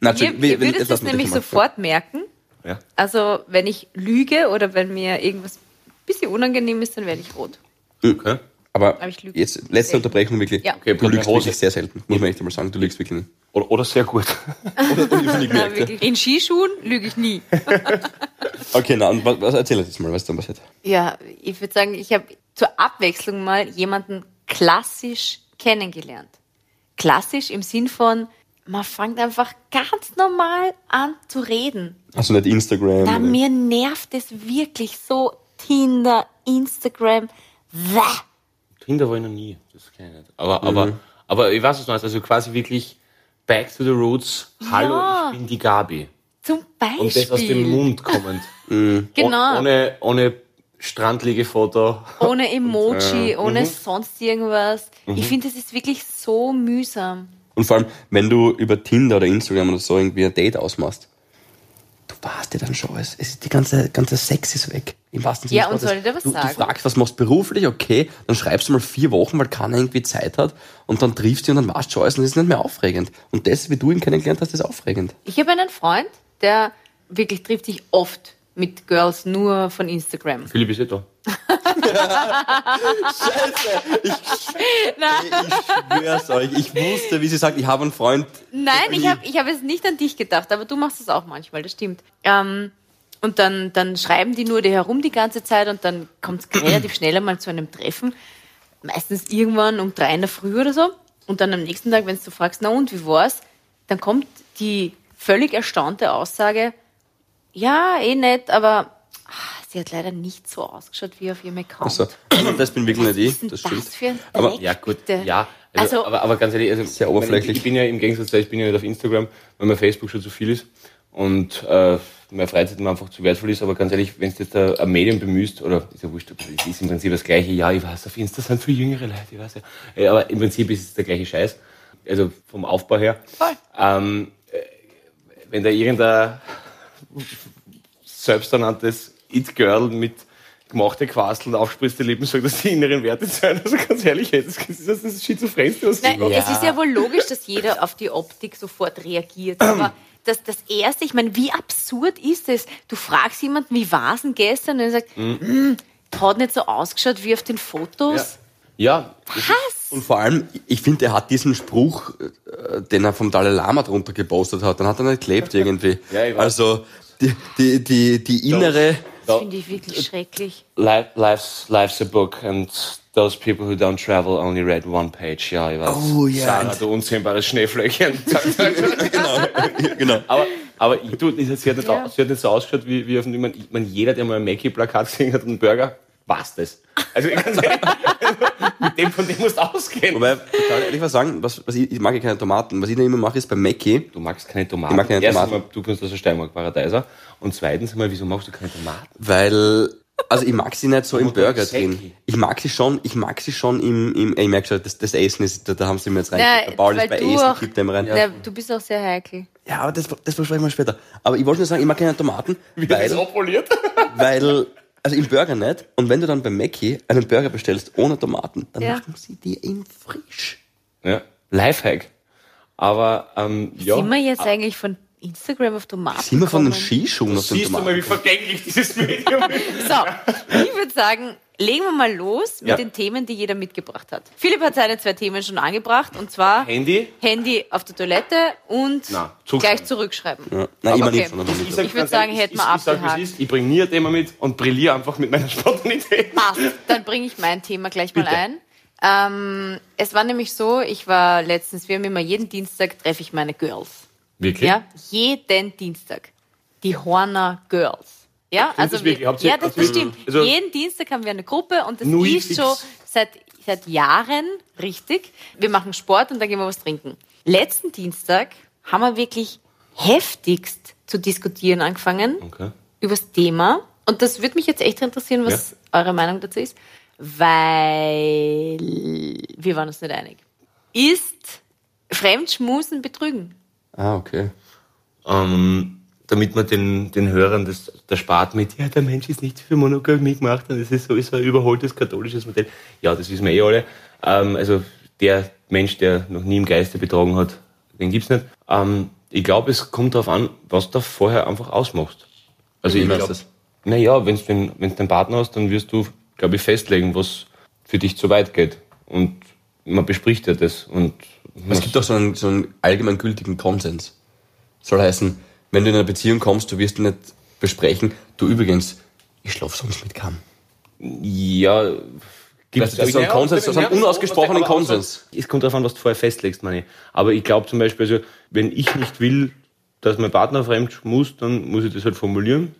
Na,
Ihr,
Entschuldigung,
ihr
wir- wir-
würdet
jetzt lass
das
mich
nämlich
das mal.
sofort merken.
Ja.
Also, wenn ich lüge oder wenn mir irgendwas ein bisschen unangenehm ist, dann werde ich rot.
Okay.
Aber
Aber ich lüge.
jetzt, letzte Unterbrechung wirklich.
Ja.
Okay,
Okay,
du
Blatt der
lügst
Hose.
wirklich sehr selten. Muss man echt einmal sagen, du lügst wirklich nicht.
Oder, oder sehr gut.
Na, wirklich. In Skischuhen lüge ich nie.
Okay, na, und was, was erzähl uns jetzt mal, was dann passiert.
Ja, ich würde sagen, ich habe zur Abwechslung mal jemanden klassisch kennengelernt. Klassisch im Sinn von, man fängt einfach ganz normal an zu reden.
Also nicht Instagram.
Na,
oder-
Mhm.
mir nervt es wirklich so. Tinder, Instagram, bäh.
Tinder war ich noch nie. Das kann ich nicht. Aber, aber, aber ich weiß es noch. Also quasi wirklich back to the roots. Hallo,
Ja.
ich bin die Gabi.
Zum Beispiel.
Und das aus dem Mund kommend.
Genau.
Oh, ohne, ohne Strandliegefoto.
ohne Emoji,
Mhm.
ohne sonst irgendwas. Ich finde, das ist wirklich so mühsam.
Und vor allem, wenn du über Tinder oder Instagram oder so irgendwie ein Date ausmachst, du warst ja dann schon alles. Es ist die ganze, ganze Sex ist weg. Im wahrsten Sinne
Ja,
des
und
Wortes.
soll ich dir was
du,
sagen?
Du fragst, was machst du beruflich? Okay, dann schreibst du mal vier Wochen, weil keiner irgendwie Zeit hat. Und dann triffst du und dann warst du schon alles und das ist nicht mehr aufregend. Und das, wie du ihn kennengelernt hast, ist aufregend.
Ich habe einen Freund, der wirklich trifft sich oft mit Girls nur von Instagram.
Philipp ist eh da.
Ich schwör's euch. Ich wusste, wie sie sagt, ich habe einen Freund.
Nein, ich habe ich hab jetzt nicht an dich gedacht, aber du machst es auch manchmal, das stimmt. Ähm, Und dann, dann schreiben die nur die herum die ganze Zeit und dann kommt es relativ schnell einmal zu einem Treffen. Meistens irgendwann um drei in der Früh oder so. Und dann am nächsten Tag, wenn du fragst, na und, wie war's? Dann kommt die völlig erstaunte Aussage, ja, eh nett, aber ah, sie hat leider nicht so ausgeschaut wie auf ihrem Account.
Also, das bin wirklich nicht ich,
Was
das
ist denn
stimmt.
das für ein
Aber-
Dreck,
Ja, gut,
bitte?
ja. Also,
Also-
aber, aber ganz ehrlich, also, sehr
oberflächlich.
Ich bin ja im Gegensatz dazu, ich bin ja nicht auf Instagram, weil mein Facebook schon zu viel ist und äh, meine Freizeit mir einfach zu wertvoll ist. Aber ganz ehrlich, wenn du jetzt äh, ein Medium bemühst, oder ist ja wurscht, ob- es ist im Prinzip das gleiche. Ja, ich weiß, auf Insta sind viel jüngere Leute, ich weiß ja. ja. Aber im Prinzip ist es der gleiche Scheiß. Also vom Aufbau her.
Voll.
Ähm, äh, wenn da irgendein selbsternanntes It-Girl mit gemachte Quasteln, aufspritzte Lippen sagt, dass die inneren Werte sein. Also ganz ehrlich, das ist das, das Schizophrenste, was
Nein,
du
Es ist ja wohl logisch, dass jeder auf die Optik sofort reagiert. Aber das, das Erste, ich meine, wie absurd ist es? Du fragst jemanden, wie war es denn gestern? Und er sagt,
Mhm.
"Mm, hat nicht so ausgeschaut wie auf den Fotos.
Ja,
Was?
Und vor allem, ich finde, er hat diesen Spruch, äh, den er vom Dalai Lama drunter gepostet hat, dann hat er nicht geklebt irgendwie.
Ja, ich weiß.
also die, die, die, die innere,
Das finde ich wirklich schrecklich.
Life, life's, life's a book and those people who don't travel only read one page. Ja, ich weiß.
Oh, ja.
Sarah, du unzähmbares Schneeflöckchen.
genau.
aber aber ich, du, ich, sie, hat nicht,
Ja.
au- sie hat nicht so ausgeschaut, wie, wie auf ich mein, ich mein, jeder, der mal ein Mackie-Plakat gesehen hat und einen Burger, war's das. Also ganz ehrlich, mit dem, von dem musst du ausgehen.
Wobei, ich kann ehrlich was sagen, was, was ich, ich mag ja keine Tomaten. Was ich dann immer mache, ist bei Mackie,
Du magst keine Tomaten.
Ich mag keine
Erstens
Tomaten.
Mal, du kommst aus der Steiermark-Paradeiser. Und zweitens mal, wieso magst du keine Tomaten?
weil, also ich mag sie nicht so im
Mutter
Burger
Säcki.
drin. Ich mag sie schon, ich mag sie schon im, im ich merke schon, das, das Essen ist, da, da haben sie mir jetzt rein.
Na,
der Paul ist
weil
bei
du
Essen,
auch-
gibt dem rein.
Na, du bist auch sehr heikel.
Ja, aber das, das besprechen wir später. Aber ich wollte nur sagen, ich mag keine Tomaten, weil,
abpoliert?
weil, also im Burger nicht. Und wenn du dann bei Mackie einen Burger bestellst ohne Tomaten, dann
Ja.
machen sie dir ihn frisch.
Ja, Lifehack. Aber, ähm, ja.
Sind wir jetzt eigentlich von Instagram auf Tomaten?
Sind wir von einem
gekommen?
Skischuh auf den Tomaten?
wie vergänglich dieses Medium ist.
So, ich würde sagen, legen wir mal los mit
Ja.
den Themen, die jeder mitgebracht hat. Philipp hat seine zwei Themen schon angebracht und zwar
Handy?
Handy auf der Toilette und
Na, zurückschreiben.
gleich zurückschreiben.
Ja. Nein, immer
Okay.
nicht, sondern
Ich
nicht.
würd sagen, hätten wir
Ich, sag, wie's
abgehakt.
ist. ich bringe nie ein Thema mit und brilliere einfach mit meiner Spontanität.
Passt, dann bringe ich mein Thema gleich mal
Bitte.
ein. Ähm, es war nämlich so, ich war letztens, wir haben immer jeden Dienstag treffe ich meine Girls.
Wirklich?
Ja, jeden Dienstag. Die Horner Girls. Ja,
Stimmt
also
das wirklich?
wir,
Habt ihr-
ja, das
habt ihr-
bestimmt.
also-
jeden Dienstag haben wir eine Gruppe und das
Nui
ist
fix.
schon seit, seit Jahren richtig. Wir machen Sport und dann gehen wir was trinken. Letzten Dienstag haben wir wirklich heftigst zu diskutieren angefangen
Okay.
über das Thema. Und das würde mich jetzt echt interessieren, was eure Meinung dazu ist, weil wir waren uns nicht einig. Ist Fremdschmusen Betrügen?
Ah, okay.
Ähm, damit man den, den Hörern das, das spart mit, ja, der Mensch ist nicht für Monogamie gemacht und es ist sowieso ein überholtes katholisches Modell. Ja, das wissen wir eh alle. Ähm, also der Mensch, der noch nie im Geiste betrogen hat, den gibt's nicht. Ähm, ich glaube, es kommt darauf an, was du vorher einfach ausmachst. Also
Wie
ich
meinst
glaub,
du
Naja, wenn du den, wenn's den Partner hast, dann wirst du, glaube ich, festlegen, was für dich zu weit geht. Und man bespricht ja das. Und
Es gibt auch so einen, so einen allgemeingültigen Konsens. Soll heißen, wenn du in eine Beziehung kommst, du wirst nicht besprechen, du übrigens, ich schlafe sonst mit Kam.
ja, gibt
Weißt du, das ist so ein Konsens, das ist ein unausgesprochenen Konsens.
Es kommt darauf an, was du vorher festlegst, meine ich. Aber ich glaube zum Beispiel, also, wenn ich nicht will, dass mein Partner fremd muss, dann muss ich das halt formulieren.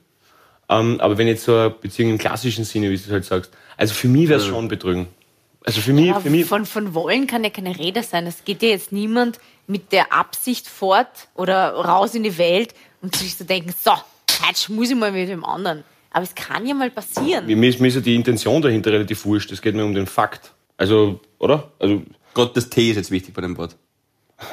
Ähm, aber wenn jetzt so eine Beziehung im klassischen Sinne, wie du es halt sagst, also für mich
Mhm.
wäre es schon betrügen. Also für mich,
Ja,
für mich,
Von, von wollen kann ja keine Rede sein. Es geht ja jetzt niemand mit der Absicht fort oder raus in die Welt und sich zu denken, so, jetzt muss ich mal mit dem anderen. Aber es kann ja mal passieren.
mir, ist, mir ist ja die Intention dahinter relativ wurscht. Es geht mir um den Fakt. Also, oder? Also,
Gott, das T ist jetzt wichtig bei dem Wort.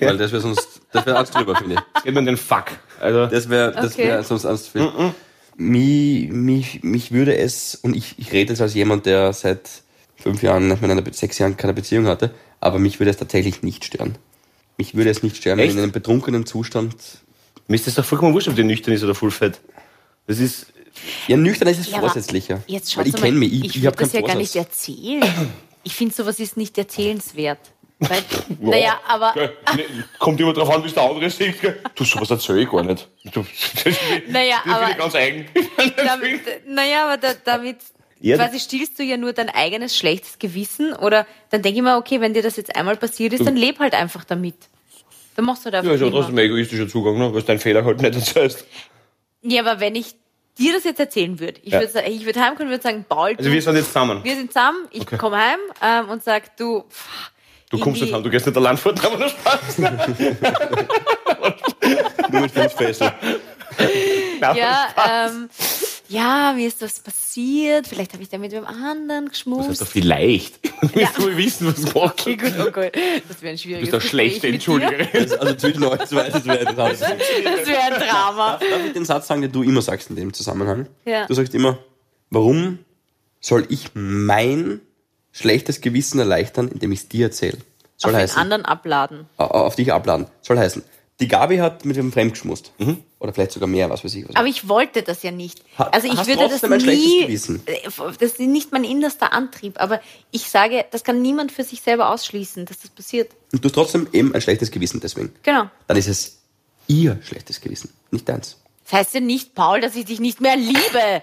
Weil das wäre sonst, das wäre alles drüber, finde ich.
es geht mir um den Fuck. Also,
Das wäre das
Okay.
wär sonst ernst viel. Mich, mich, mich würde es, und ich, ich rede jetzt als jemand, der seit fünf Jahren, nach meiner Be- sechs Jahren keine Beziehung hatte, aber mich würde es tatsächlich nicht stören. Mich würde es nicht stören, wenn
Echt?
in einem betrunkenen Zustand.
mir ist das doch vollkommen wurscht, ob die nüchtern ist oder full fett. Das ist,
Ja, nüchtern ist es
Ja, aber
vorsätzlicher.
Jetzt
Weil
schaut
ich kenne mich, ich, ich
würd
habe keinen
das ja gar
Vorsatz.
nicht erzählen. Ich finde, sowas ist nicht erzählenswert. Weil, naja, aber
Kommt immer drauf an, wie es der andere sieht. Gell? Du, sowas erzähl ich gar nicht. Du, das
Naja,
das
aber-
bin ich ganz eigen.
damit, naja, aber da, damit
Ja.
quasi stillst du ja nur dein eigenes schlechtes Gewissen oder dann denke ich mir, okay, wenn dir das jetzt einmal passiert ist, dann leb halt einfach damit. Dann machst du halt da
Ja, ist
ja,
ja trotzdem ein egoistischer Zugang, ne? was dein Fehler halt nicht erzählst.
ja, aber wenn ich dir das jetzt erzählen würde, ich
Ja.
würde sa- ich würde heimkommen und würde sagen, Paul,
Also
du-
wir sind jetzt zusammen.
wir sind zusammen, ich
Okay.
komme heim ähm, und sag, du, pff,
Du kommst halt
irgendwie-
nicht heim, du gehst nicht allein fort, aber das Spaß.
Nur mit fünf Fesseln.
ja, ähm, ja, mir ist was passiert, vielleicht habe ich da mit wem anderen geschmust.
Das ist doch vielleicht. Du willst wohl wissen, was du machst.
Okay, gut, oh Gott. Das wäre ein schwieriges
Ist doch
Gespräch
schlecht,
mit dir.
entschuldige.
Also zwischen euch zwei, das wäre interessant.
Das wäre ein Drama.
Darf ich den Satz sagen, den du immer sagst in dem Zusammenhang?
Ja.
Du sagst immer, warum soll ich mein schlechtes Gewissen erleichtern, indem ich es dir erzähle? Soll
Auf den
heißen,
anderen abladen.
au- auf dich abladen. Soll heißen, die Gabi hat mit dem Fremd geschmust.
Mhm.
Oder vielleicht sogar mehr, was weiß ich. Was
Aber ich wollte das ja nicht.
Ha-
Also ich
hast
würde das
trotzdem ein schlechtes
nie. Äh,
Gewissen.
Das ist nicht mein innerster Antrieb. Aber ich sage, das kann niemand für sich selber ausschließen, dass das passiert.
Und du hast trotzdem eben ein schlechtes Gewissen deswegen.
Genau.
Dann ist es ihr schlechtes Gewissen, nicht deins.
Das heißt ja nicht, Paul, dass ich dich nicht mehr liebe.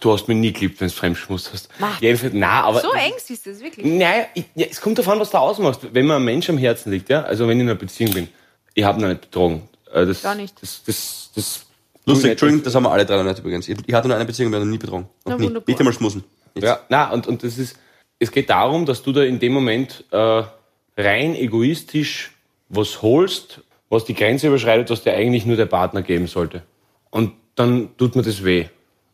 Du hast mich nie geliebt, wenn du fremdschmust hast.
Mach.
Jedenfalls, nein, aber.
So eng siehst du es wirklich.
Nein, ich, ja, es kommt davon, was du ausmachst. Wenn mir ein Mensch am Herzen liegt, ja, also wenn ich in einer Beziehung bin, ich habe noch nicht betrogen. Äh, Das,
Gar nicht.
Das, das, das
Lustig,
tue ich
Entschuldigung, das haben wir alle drei noch nicht übrigens. Ich ich hatte nur eine Beziehung, wir haben noch nie betrogen. Noch
Na,
nie.
wunderbar.
Nicht einmal schmusen. Nichts.
Ja, na und, und das ist, es geht darum, dass du da in dem Moment äh, rein egoistisch was holst, was die Grenze überschreitet, was dir eigentlich nur der Partner geben sollte. Und dann tut mir das weh.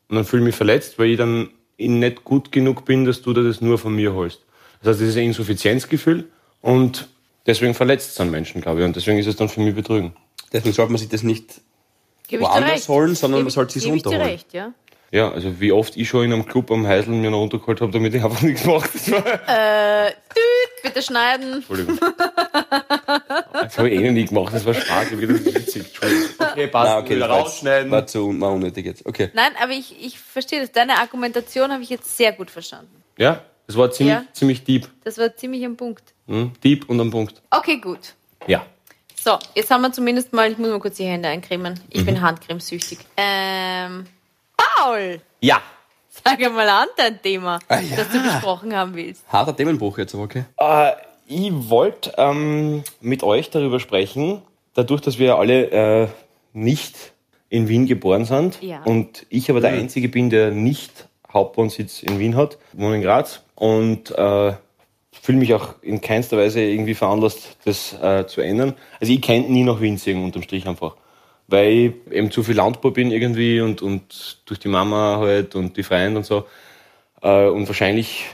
Und dann fühle ich mich verletzt, weil ich dann in nicht gut genug bin, dass du dir das nur von mir holst. Das heißt, das ist ein Insuffizienzgefühl und deswegen verletzt es an Menschen, glaube ich. Und deswegen ist es dann für mich Betrügen.
Deswegen sollte man sich das nicht
Gebe ich dir
woanders
recht.
holen, sondern halt
Gebe-
man sollte sich
gebe ich dir
runterholen.
recht, ja.
Ja, also wie oft ich schon in einem Club am Heiseln mir noch runtergeholt habe, damit ich einfach nichts mache. Das war
Düt, bitte schneiden.
Entschuldigung. Das habe ich eh noch nie gemacht, das war Spaß, ich wieder witzig. Entschuldigung. Okay, passt,
Ah, okay,
wieder
das war jetzt-
rausschneiden.
War zu war unnötig jetzt. Okay.
Nein, aber ich, ich verstehe das. Deine Argumentation habe ich jetzt sehr gut verstanden.
Ja, das war ziemlich,
Ja.
ziemlich deep.
Das war ziemlich am Punkt.
Hm? Deep und am Punkt.
Okay, gut.
Ja.
So, jetzt haben wir zumindest mal, ich muss mal kurz die Hände eincremen.
Mhm.
Ich bin handcremesüchtig. Ähm, Paul,
Ja.
sag einmal an dein Thema,
Ah, ja.
das du besprochen haben willst.
Harter Themenbruch jetzt, aber okay.
Äh, ich wollte ähm, mit euch darüber sprechen, dadurch, dass wir alle äh, nicht in Wien geboren sind
Ja.
und ich aber der Einzige bin, der nicht Hauptwohnsitz in Wien hat, wohne in Graz und äh, fühle mich auch in keinster Weise irgendwie veranlasst, das äh, zu ändern. Also ich kann nie nach Wien ziehen, unterm Strich einfach. Weil ich eben zu viel Landbau bin irgendwie und, und durch die Mama halt und die Freunde und so. Äh, und wahrscheinlich,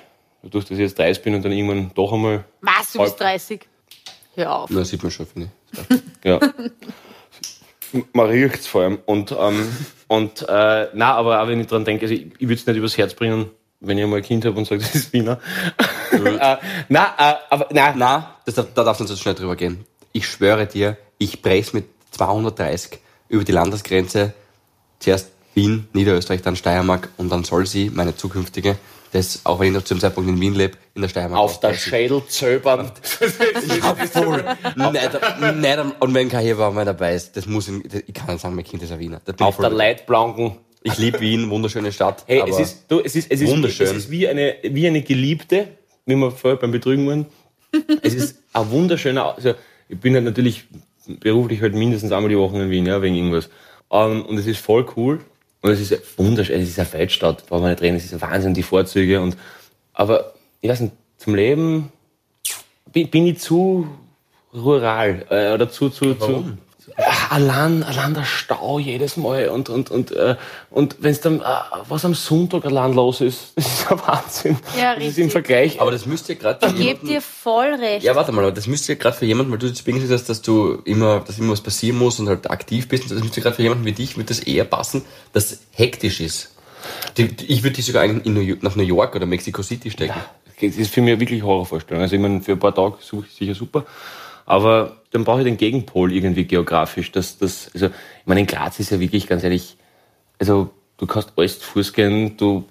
dadurch, dass ich jetzt 30 bin und dann irgendwann doch einmal
Was, du bist
Paul.
30? Hör auf.
Na, sieht man schon, finde ich.
Ja. Man riecht's vor allem. Und, ähm, und äh, na, aber auch wenn ich dran denke, also ich, ich würde es nicht übers Herz bringen, wenn ich mal ein Kind habe und sage, das ist Wiener. äh, na, äh, aber na,
Na, das, darf- da darfst du nicht so schnell drüber gehen. Ich schwöre dir, ich brech's mit 230 über die Landesgrenze. Zuerst Wien, Niederösterreich, dann Steiermark und dann soll sie, meine zukünftige, das, auch wenn ich noch zu dem Zeitpunkt in Wien lebe, in der Steiermark.
auf der
aufbrechen.
Schädel zöbern.
Obwohl, nicht, nicht, und wenn kein Heber mal dabei ist, das muss ich, ich kann nicht sagen, mein Kind ist ein Wiener. Da bin ich
auf
voll
der
dabei.
Leitplanken.
Ich liebe Wien, wunderschöne Stadt.
Hey,
aber
es ist, du, es ist, es ist,
Wunderschön.
Es ist wie, eine, wie eine Geliebte, wie wir vorher beim Betrügen waren. es ist ein wunderschöner. Also ich bin halt natürlich beruflich halt mindestens einmal die Woche in Wien, ja, wegen irgendwas. Ähm, und es ist voll cool. Und es ist wunderschön. Es ist eine Feldstadt, brauchen wir nicht reden. Es ist ein Wahnsinn, die Vorzüge. Und, aber ich weiß nicht, zum Leben bin, bin ich zu rural äh, oder zu zu Äh, zu Ach, allein, allein der Stau jedes Mal und und und äh, und wenn es dann äh, was am Sonntag allein los ist, das ist ein Wahnsinn.
Ja,
das ist
richtig.
im Vergleich.
aber das müsst ihr gerade für
Gebt
jemanden,
dir voll recht.
ja, warte mal, aber das müsst ihr gerade für jemanden, weil du jetzt bingst, dass, dass du immer, dass immer was passieren muss und halt aktiv bist, das müsste gerade für jemanden wie dich, wird das eher passen, dass hektisch ist. Die, die, ich würde dich sogar in, in New York, nach New York oder Mexico City stecken.
das ist für mich wirklich Horrorvorstellung. Also ich meine, für ein paar Tage suche ich sicher super, aber dann brauche ich den Gegenpol irgendwie geografisch. Dass das also ich meine, in Graz ist ja wirklich ganz ehrlich, also du kannst alles zu Fuß gehen, du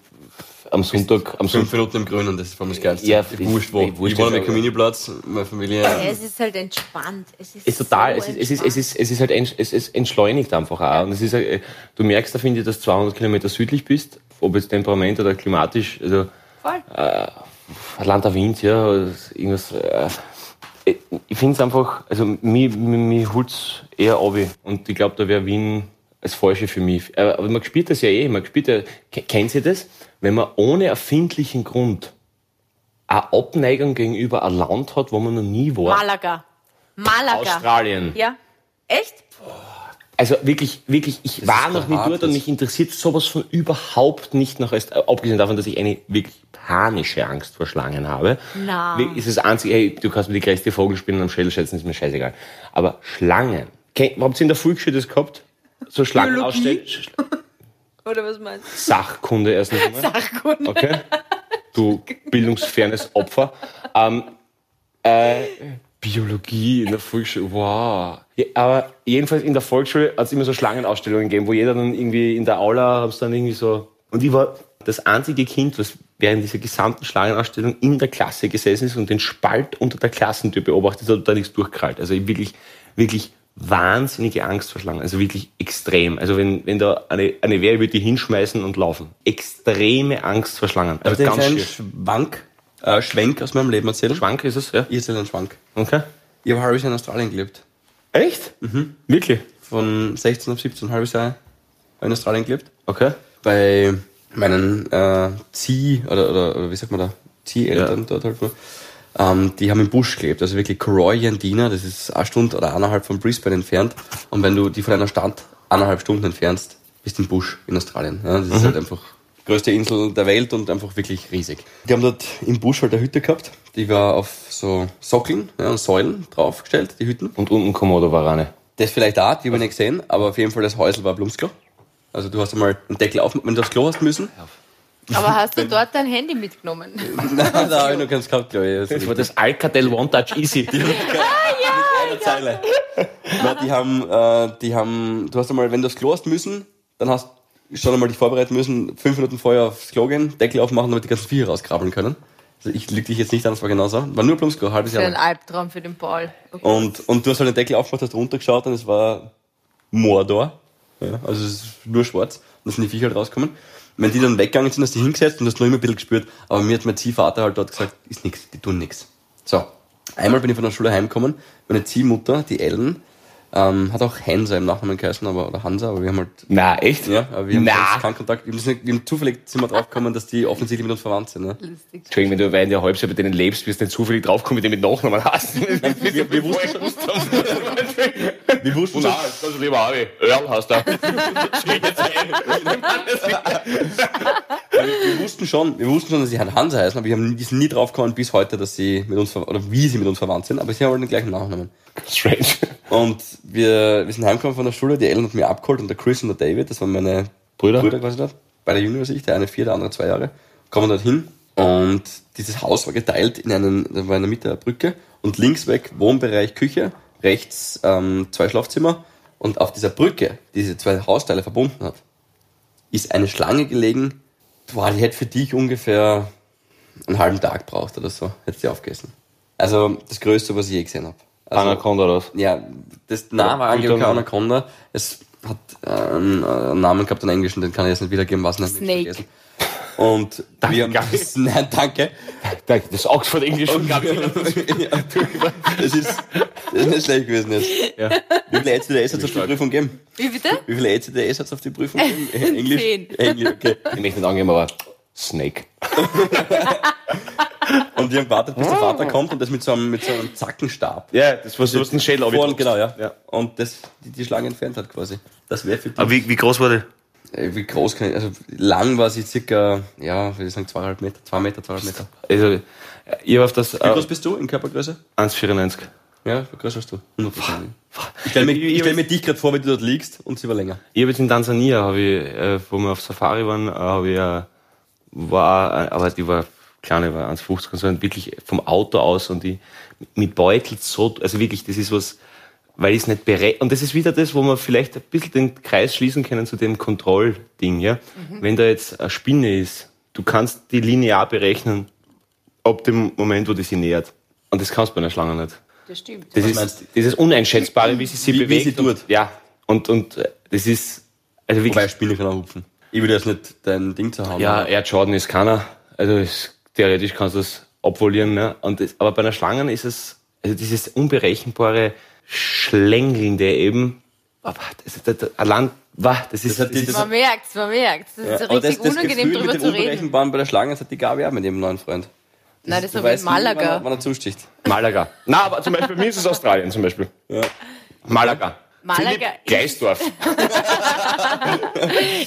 am Sonntag, am
Fünf
Sonntag,
Minuten im Grünen, das ist vor allem das Geilste.
Ja,
ich,
ich-
wurscht wo.
ich- wurscht
ich wohne
ist
am
aber-
Kaminiplatz, meine
Ja,
Familie. Also
es ist halt entspannt. Es ist,
ist total,
so
es ist, es ist,
entspannt.
es ist, es ist halt, entsch- es ist entschleunigt einfach auch. Und es ist, äh, du merkst da, finde ich, dass du 200 Kilometer südlich bist, ob jetzt Temperament oder klimatisch, also
Voll.
Atlanta Wind, ja, oder irgendwas. Äh, ich finde es einfach, also mich, mich, mich holt es eher ab. Und ich glaube, da wäre Wien das Falsche für mich. Aber aber man spürt das ja eh, man spürt ja, Ke- kennt ihr das? Wenn man ohne erfindlichen Grund eine Abneigung gegenüber einem Land hat, wo man noch nie war.
Malaga. Malaga.
Australien.
Ja. Echt?
Also wirklich, wirklich, ich war
ist
noch nie
hart,
dort und
das-
mich interessiert sowas von überhaupt nicht nach Österreich. Abgesehen davon, dass ich eine wirklich panische Angst vor Schlangen habe.
Na.
Wie- Ist das einzige, hey, du kannst mir die größte Vogel spielen am Schädel schätzen, ist mir scheißegal. Aber Schlangen. Kennt- Habt ihr in der Volksschule das gehabt? So Schlangen
Biologie?
ausstellen?
Oder was meinst du?
Sachkunde erst einmal.
Sachkunde.
Okay? Du bildungsfernes Opfer. Ähm, äh, Biologie in der Volksschule, wow. Ja, aber jedenfalls in der Volksschule hat es immer so Schlangenausstellungen gegeben, wo jeder dann irgendwie in der Aula haben dann irgendwie so. Und ich war das einzige Kind, was während dieser gesamten Schlangenausstellung in der Klasse gesessen ist und den Spalt unter der Klassentür beobachtet hat und da nichts durchkrallt. Also ich wirklich, wirklich wahnsinnige Angst vor Schlangen. Also wirklich extrem. Also wenn, wenn da eine, eine wäre, würde die hinschmeißen und laufen. Extreme Angst vor Schlangen.
Ich
Also
habe
ganz
einen
schier.
Schwank, äh, Schwenk aus meinem Leben erzählt.
Schwank ist es, ja.
Ich erzähle einen Schwank.
Okay.
Ich habe ein halbes Jahr in Australien gelebt.
Echt? Mhm. Wirklich?
Von 16 auf 17, ein halbes Jahr habe ich in Australien gelebt.
Okay.
bei meinen äh, Zieh, oder, oder, oder wie sagt man da, Zieheltern dort halt, ne? ähm, die haben im Busch gelebt, also wirklich Croyandina, das ist eine Stunde oder eineinhalb von Brisbane entfernt. Und wenn du die von einer Stadt eineinhalb Stunden entfernst, bist du im Busch in Australien. Ja, das ist halt einfach die größte Insel der Welt und einfach wirklich riesig. Die haben dort im Busch halt eine Hütte gehabt, die war auf so Sockeln ja, und Säulen draufgestellt, die Hütten.
Und unten Komodo-Warane.
Das vielleicht auch, die habe ich nicht gesehen, aber auf jeden Fall das Häusl war Blumsklo. Also du hast einmal einen Deckel auf, wenn du aufs Klo hast müssen,
Aber hast du dort dein Handy mitgenommen?
Nein, da habe ich noch keins gehabt, glaube ich.
Das war das Alcatel One Touch Easy.
eine Zeile. Na, die haben, äh, die haben, du hast einmal, wenn du aufs Klo hast müssen, dann hast du schon einmal dich vorbereiten müssen, fünf Minuten vorher aufs Klo gehen, Deckel aufmachen, damit die ganzen Viecher rauskrabbeln können. Also ich lüge dich jetzt nicht an, das war genauso. War nur Blumsklo, halbes
Das ist ein
Jahr.
Albtraum für den Paul. Okay.
Und, und du hast halt den Deckel aufgemacht, hast runtergeschaut und es war Mordor. Ja, also es ist nur schwarz. Und da sind die Viecher halt rausgekommen. Wenn die dann weggegangen sind, hast du dich hingesetzt und hast noch immer ein bisschen gespürt. Aber mir hat mein Ziehvater halt dort gesagt, ist nix, die tun nix. So. Einmal bin ich von der Schule heimgekommen. Meine Ziehmutter, die Ellen, ähm, hat auch Hansa im Nachnamen geheißen, aber, oder Hansa, aber wir haben halt,
Na, echt?
ja, aber wir haben
Na.
sonst keinen Kontakt. Wir haben, das nicht- wir haben zufällig sind wir draufgekommen, dass die offensichtlich mit uns verwandt sind. Ne?
Lustig.
Entschuldigung, wenn du in der Halbzeit bei denen lebst, wirst du nicht zufällig draufkommen, mit dem mit Nachnamen hast.
Wir, wir wussten, wir wussten schon,
Oh das ist lieber Abi. Earl hast du.
wir wussten schon, wir wussten schon, dass sie halt Hansa heißen, aber wir haben die sind nie drauf gekommen bis heute, dass sie mit uns ver- oder wie sie mit uns verwandt sind, aber sie haben halt den gleichen Nachnamen.
Strange.
Und wir, wir sind heimgekommen von der Schule, die Ellen hat mir abgeholt und der Chris und der David, das waren meine
Brüder.
Brüder quasi dort, beide jünger als ich, der eine vier, der andere zwei Jahre, kommen dorthin und dieses Haus war geteilt in einen, da war in der Mitte eine Brücke und links weg Wohnbereich Küche, rechts ähm, zwei Schlafzimmer und auf dieser Brücke, die diese zwei Hausteile verbunden hat, ist eine Schlange gelegen, boah, die hätte für dich ungefähr einen halben Tag braucht oder so, hätte sie aufgegessen. Also das Größte, was ich je gesehen habe. Also,
Anaconda oder was?
ja, das Name war angeblich
Blutdonner.
Anaconda. Es hat äh, einen, äh, einen Namen gehabt, einen englischen, den kann ich jetzt nicht wiedergeben, was nicht
Snake.
vergessen. Und wir haben das, nein, danke.
Das ist Oxford English.
Ja, das ist, das ist nicht schlecht gewesen jetzt. Wie viele ECDS hat es auf die Prüfung gegeben?
Wie bitte?
Wie viele ECDS hat es auf die Prüfung gegeben? Äh, Englisch?
Zehn.
Englisch, okay.
Ich möchte nicht angeben, aber Snake.
Und wir haben gewartet,
Ah.
bis der Vater kommt und das mit so einem, mit so einem Zackenstab.
Ja, das war so ein Schädel.
Vorn, genau, ja.
Ja.
Und das, die, die Schlange entfernt hat quasi. Das wäre für die.
wie, wie groß war der?
Äh, Wie groß kann ich, also lang war sie circa, ja, würde ich sagen, zweieinhalb Meter, zwei Meter, zweieinhalb Meter.
Also, ich war auf das
Wie
äh,
groß bist du in Körpergröße?
1,94.
Ja, wie groß hast du? 100%. Ich stelle mir, ich stell mir dich gerade vor, wenn du dort liegst und sie war länger.
Ich habe jetzt in Tansania, hab ich, äh, wo wir auf Safari waren, äh, hab ich, äh, war, äh, aber die war kleine, war 1,50 und so, und wirklich vom Auto aus und die mit Beutel so, also wirklich, das ist was, weil ich es nicht bereit, und das ist wieder das, wo wir vielleicht ein bisschen den Kreis schließen können zu dem Kontrollding, ja. Wenn da jetzt eine Spinne ist, du kannst die linear berechnen, ab dem Moment, wo die sie nähert. Und das kannst du bei einer Schlange nicht.
Das stimmt.
Das
Was meinst
ist dieses Uneinschätzbare, wie sie sie
Wie- wie
bewegt.
sie tut.
Und, ja. Und, und äh, das ist, also wirklich,
Wobei Spiele kann auch hupfen. Ich würde jetzt nicht dein Ding zu haben.
ja, Air Jordan ist keiner. Also ist, theoretisch kannst du es abvolieren. Ne? Und das, aber bei einer Schlange ist es, also dieses unberechenbare Schlängelnde eben, aber das, das, das, allein, wah, das ist,
Das hat die-
ist
Man merkt's, man merkt's. Das ist
Aber
richtig unangenehm,
Gefühl
drüber
mit
zu
dem
reden.
Unberechenbaren bei der Schlange, das hat die Gabi auch mit ihrem neuen Freund.
Nein, das
Du
ist aber in
weißt nie, Wann er,
Malaga.
wann er zusticht.
Malaga. Na, aber zum Beispiel, bei mir ist es Australien zum Beispiel. Malaga.
Malaga.
Gleisdorf.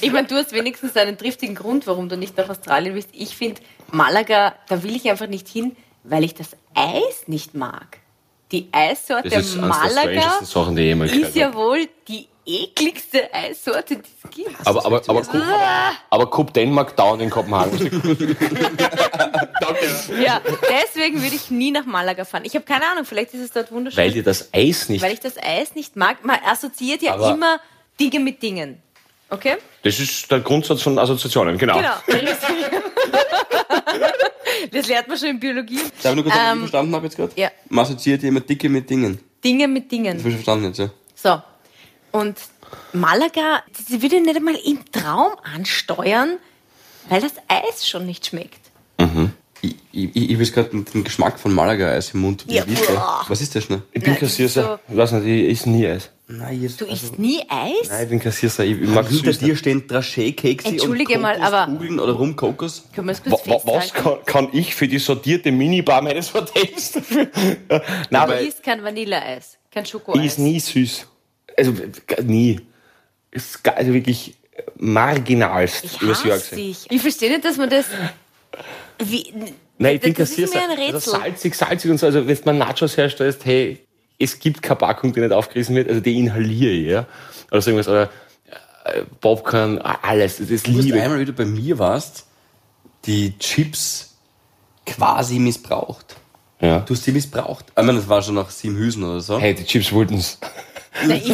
Ich meine, du hast wenigstens einen triftigen Grund, warum du nicht nach Australien willst. Ich finde, Malaga, da will ich einfach nicht hin, weil ich das Eis nicht mag. Die Eissorte
Das ist eines der
Malaga
strangesten Sachen, die ich jemals gehört
ist
habe.
ja wohl die ekligste Eissorte, die es gibt.
Aber, aber, aber, Coop,
Ah!
aber Coop Dänemark down in Kopenhagen.
Ja, deswegen würde ich nie nach Malaga fahren. Ich habe keine Ahnung, vielleicht ist es dort wunderschön.
Weil dir das Eis nicht.
weil ich das Eis nicht mag. Man assoziiert ja
Aber-
immer Dinge mit Dingen. Okay?
Das ist der Grundsatz von Assoziationen, genau.
Genau. Das lernt man schon in Biologie.
Darf ich nur kurz, ob ich
Ähm,
verstanden habe jetzt gerade?
ja.
Man assoziiert immer Dicke mit Dingen.
Dinge mit
Das
Dingen.
habe ich verstanden jetzt, ja.
So. Und Malaga, sie würde nicht einmal im Traum ansteuern, weil das Eis schon nicht schmeckt.
Ich, ich, ich habe gerade den Geschmack von Malaga-Eis im Mund.
Ja,
Wie ist der?
boah.
Was ist das ne? denn?
Ich bin
Nein, das ist
Kassierer. Ich weiß nicht, ich esse nie Eis.
Nein, jetzt,
Du isst nie Eis?
Also Nein, ich bin Kassierer. Ich, ich mag
Hinter
süß.
dir stehen Traché-Kekse
Entschuldige
und
mal, aber-
Kokoskugeln oder Rumkokos.
Können wir es
Wa-
kurz
wa- Was
festhalten?
kann, kann ich für die sortierte Minibar meines Hotels dafür? Nein, aber
Du
ich
isst kein Vanilleeis, kein Schokoeis.
esse nie süß. Also g- nie. Ist gar- also wirklich marginalst
Ich
übers Jahr
hasse
gesehen.
dich. Ich verstehe nicht, dass man das... Wie,
Nein, ich bin
das ist mir ein
Kassierer.
Rätsel.
Also salzig, salzig und so. Also, wenn du mal Nachos herstellst, hey, es gibt keine Packung, die nicht aufgerissen wird. Also, die inhaliere ich, ja. Oder so irgendwas. Oder äh, Popcorn, alles. Das ist
Du hast
Liebe.
einmal wieder bei mir warst, die Chips quasi missbraucht.
Ja.
Du hast sie missbraucht. Ich meine, das war schon nach sieben Hüsen oder so.
Hey, die Chips wollten's.
Nein, ich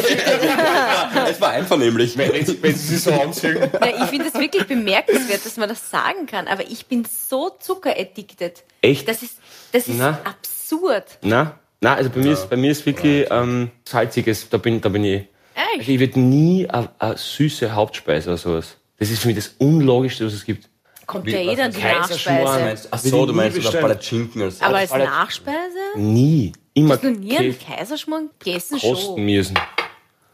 Es war einvernehmlich.
Wenn sie so anziehen.
Ja, ich finde es wirklich bemerkenswert, dass man das sagen kann, aber ich bin so zuckeraddicted.
Echt?
Das ist, das ist
Na?
absurd.
Na, na, also bei mir ist, bei mir ist wirklich ähm, salziges, da bin, da bin ich.
Echt?
Also ich werde nie eine, eine süße Hauptspeise oder sowas. Das ist für mich das Unlogischste, was es gibt.
Kommt
Wie,
ja eh
was
dann die
also Kaiserschmarrn
Nachspeise.
Meinst- Ach so, du meinst oder
Bestellen.
Palatschinken Also, oder so.
Aber als
Alle-
Nachspeise?
Nie. Immer
Hast du nie einen
Käse
Kaiserschmarrn gegessen
kosten
schon?
müssen.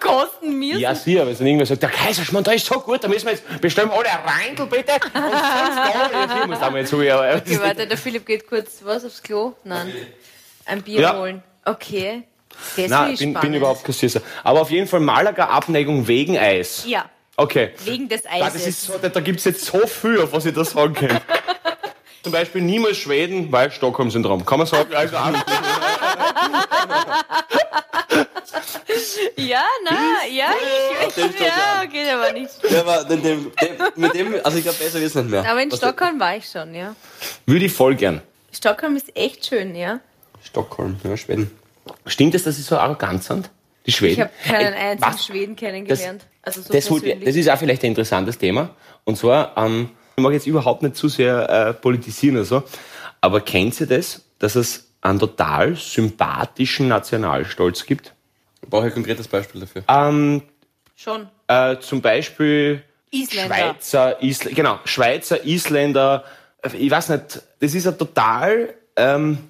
Kosten mir?
Ja, sicher, wenn dann irgendwer sagt, der Kaiserschmarrn, da ist so gut, da müssen wir jetzt bestellen alle ein Reindl bitte. Und fünf Dollar. Ich muss da mal jetzt holen, aber-
Okay, warte, der Philipp geht kurz was aufs Klo? Nein. Ein Bier
Ja.
holen. Okay. Das
Nein,
ist
bin, bin
spannend.
überhaupt kein Süßer. Aber auf jeden Fall Malaga-Abneigung wegen Eis.
Ja,
Okay.
wegen des
Ja, das ist
Eises.
so, da da gibt's jetzt so viel, auf was ich da sagen kann. Zum Beispiel niemals Schweden, weil Stockholm-Syndrom. Kann man sagen, also auch-
Ja, na, ja, ich,
den schon,
ja, okay, der war nicht.
Der war, den, dem, dem, mit dem, also ich glaube, besser wird's nicht mehr.
Aber in
Was-
Stockholm war ich schon, ja.
würde ich voll gern.
Stockholm ist echt schön, ja.
Stockholm, ja, Schweden.
Stimmt es, dass sie so arrogant sind? Die Schweden?
Ich habe keinen
Äh,
einzigen
was?
Schweden kennengelernt. also so
das, holt,
persönlich.
das ist auch vielleicht ein interessantes Thema. Und zwar, ähm, ich mag jetzt überhaupt nicht zu sehr äh, politisieren oder so, aber kennt ihr das, dass es einen total sympathischen Nationalstolz gibt?
Ich brauche ein konkretes Beispiel dafür.
Ähm,
Schon.
äh, zum Beispiel
Isländer.
Schweizer, Isl genau, Schweizer, Isländer, ich weiß nicht, das ist ein total ähm,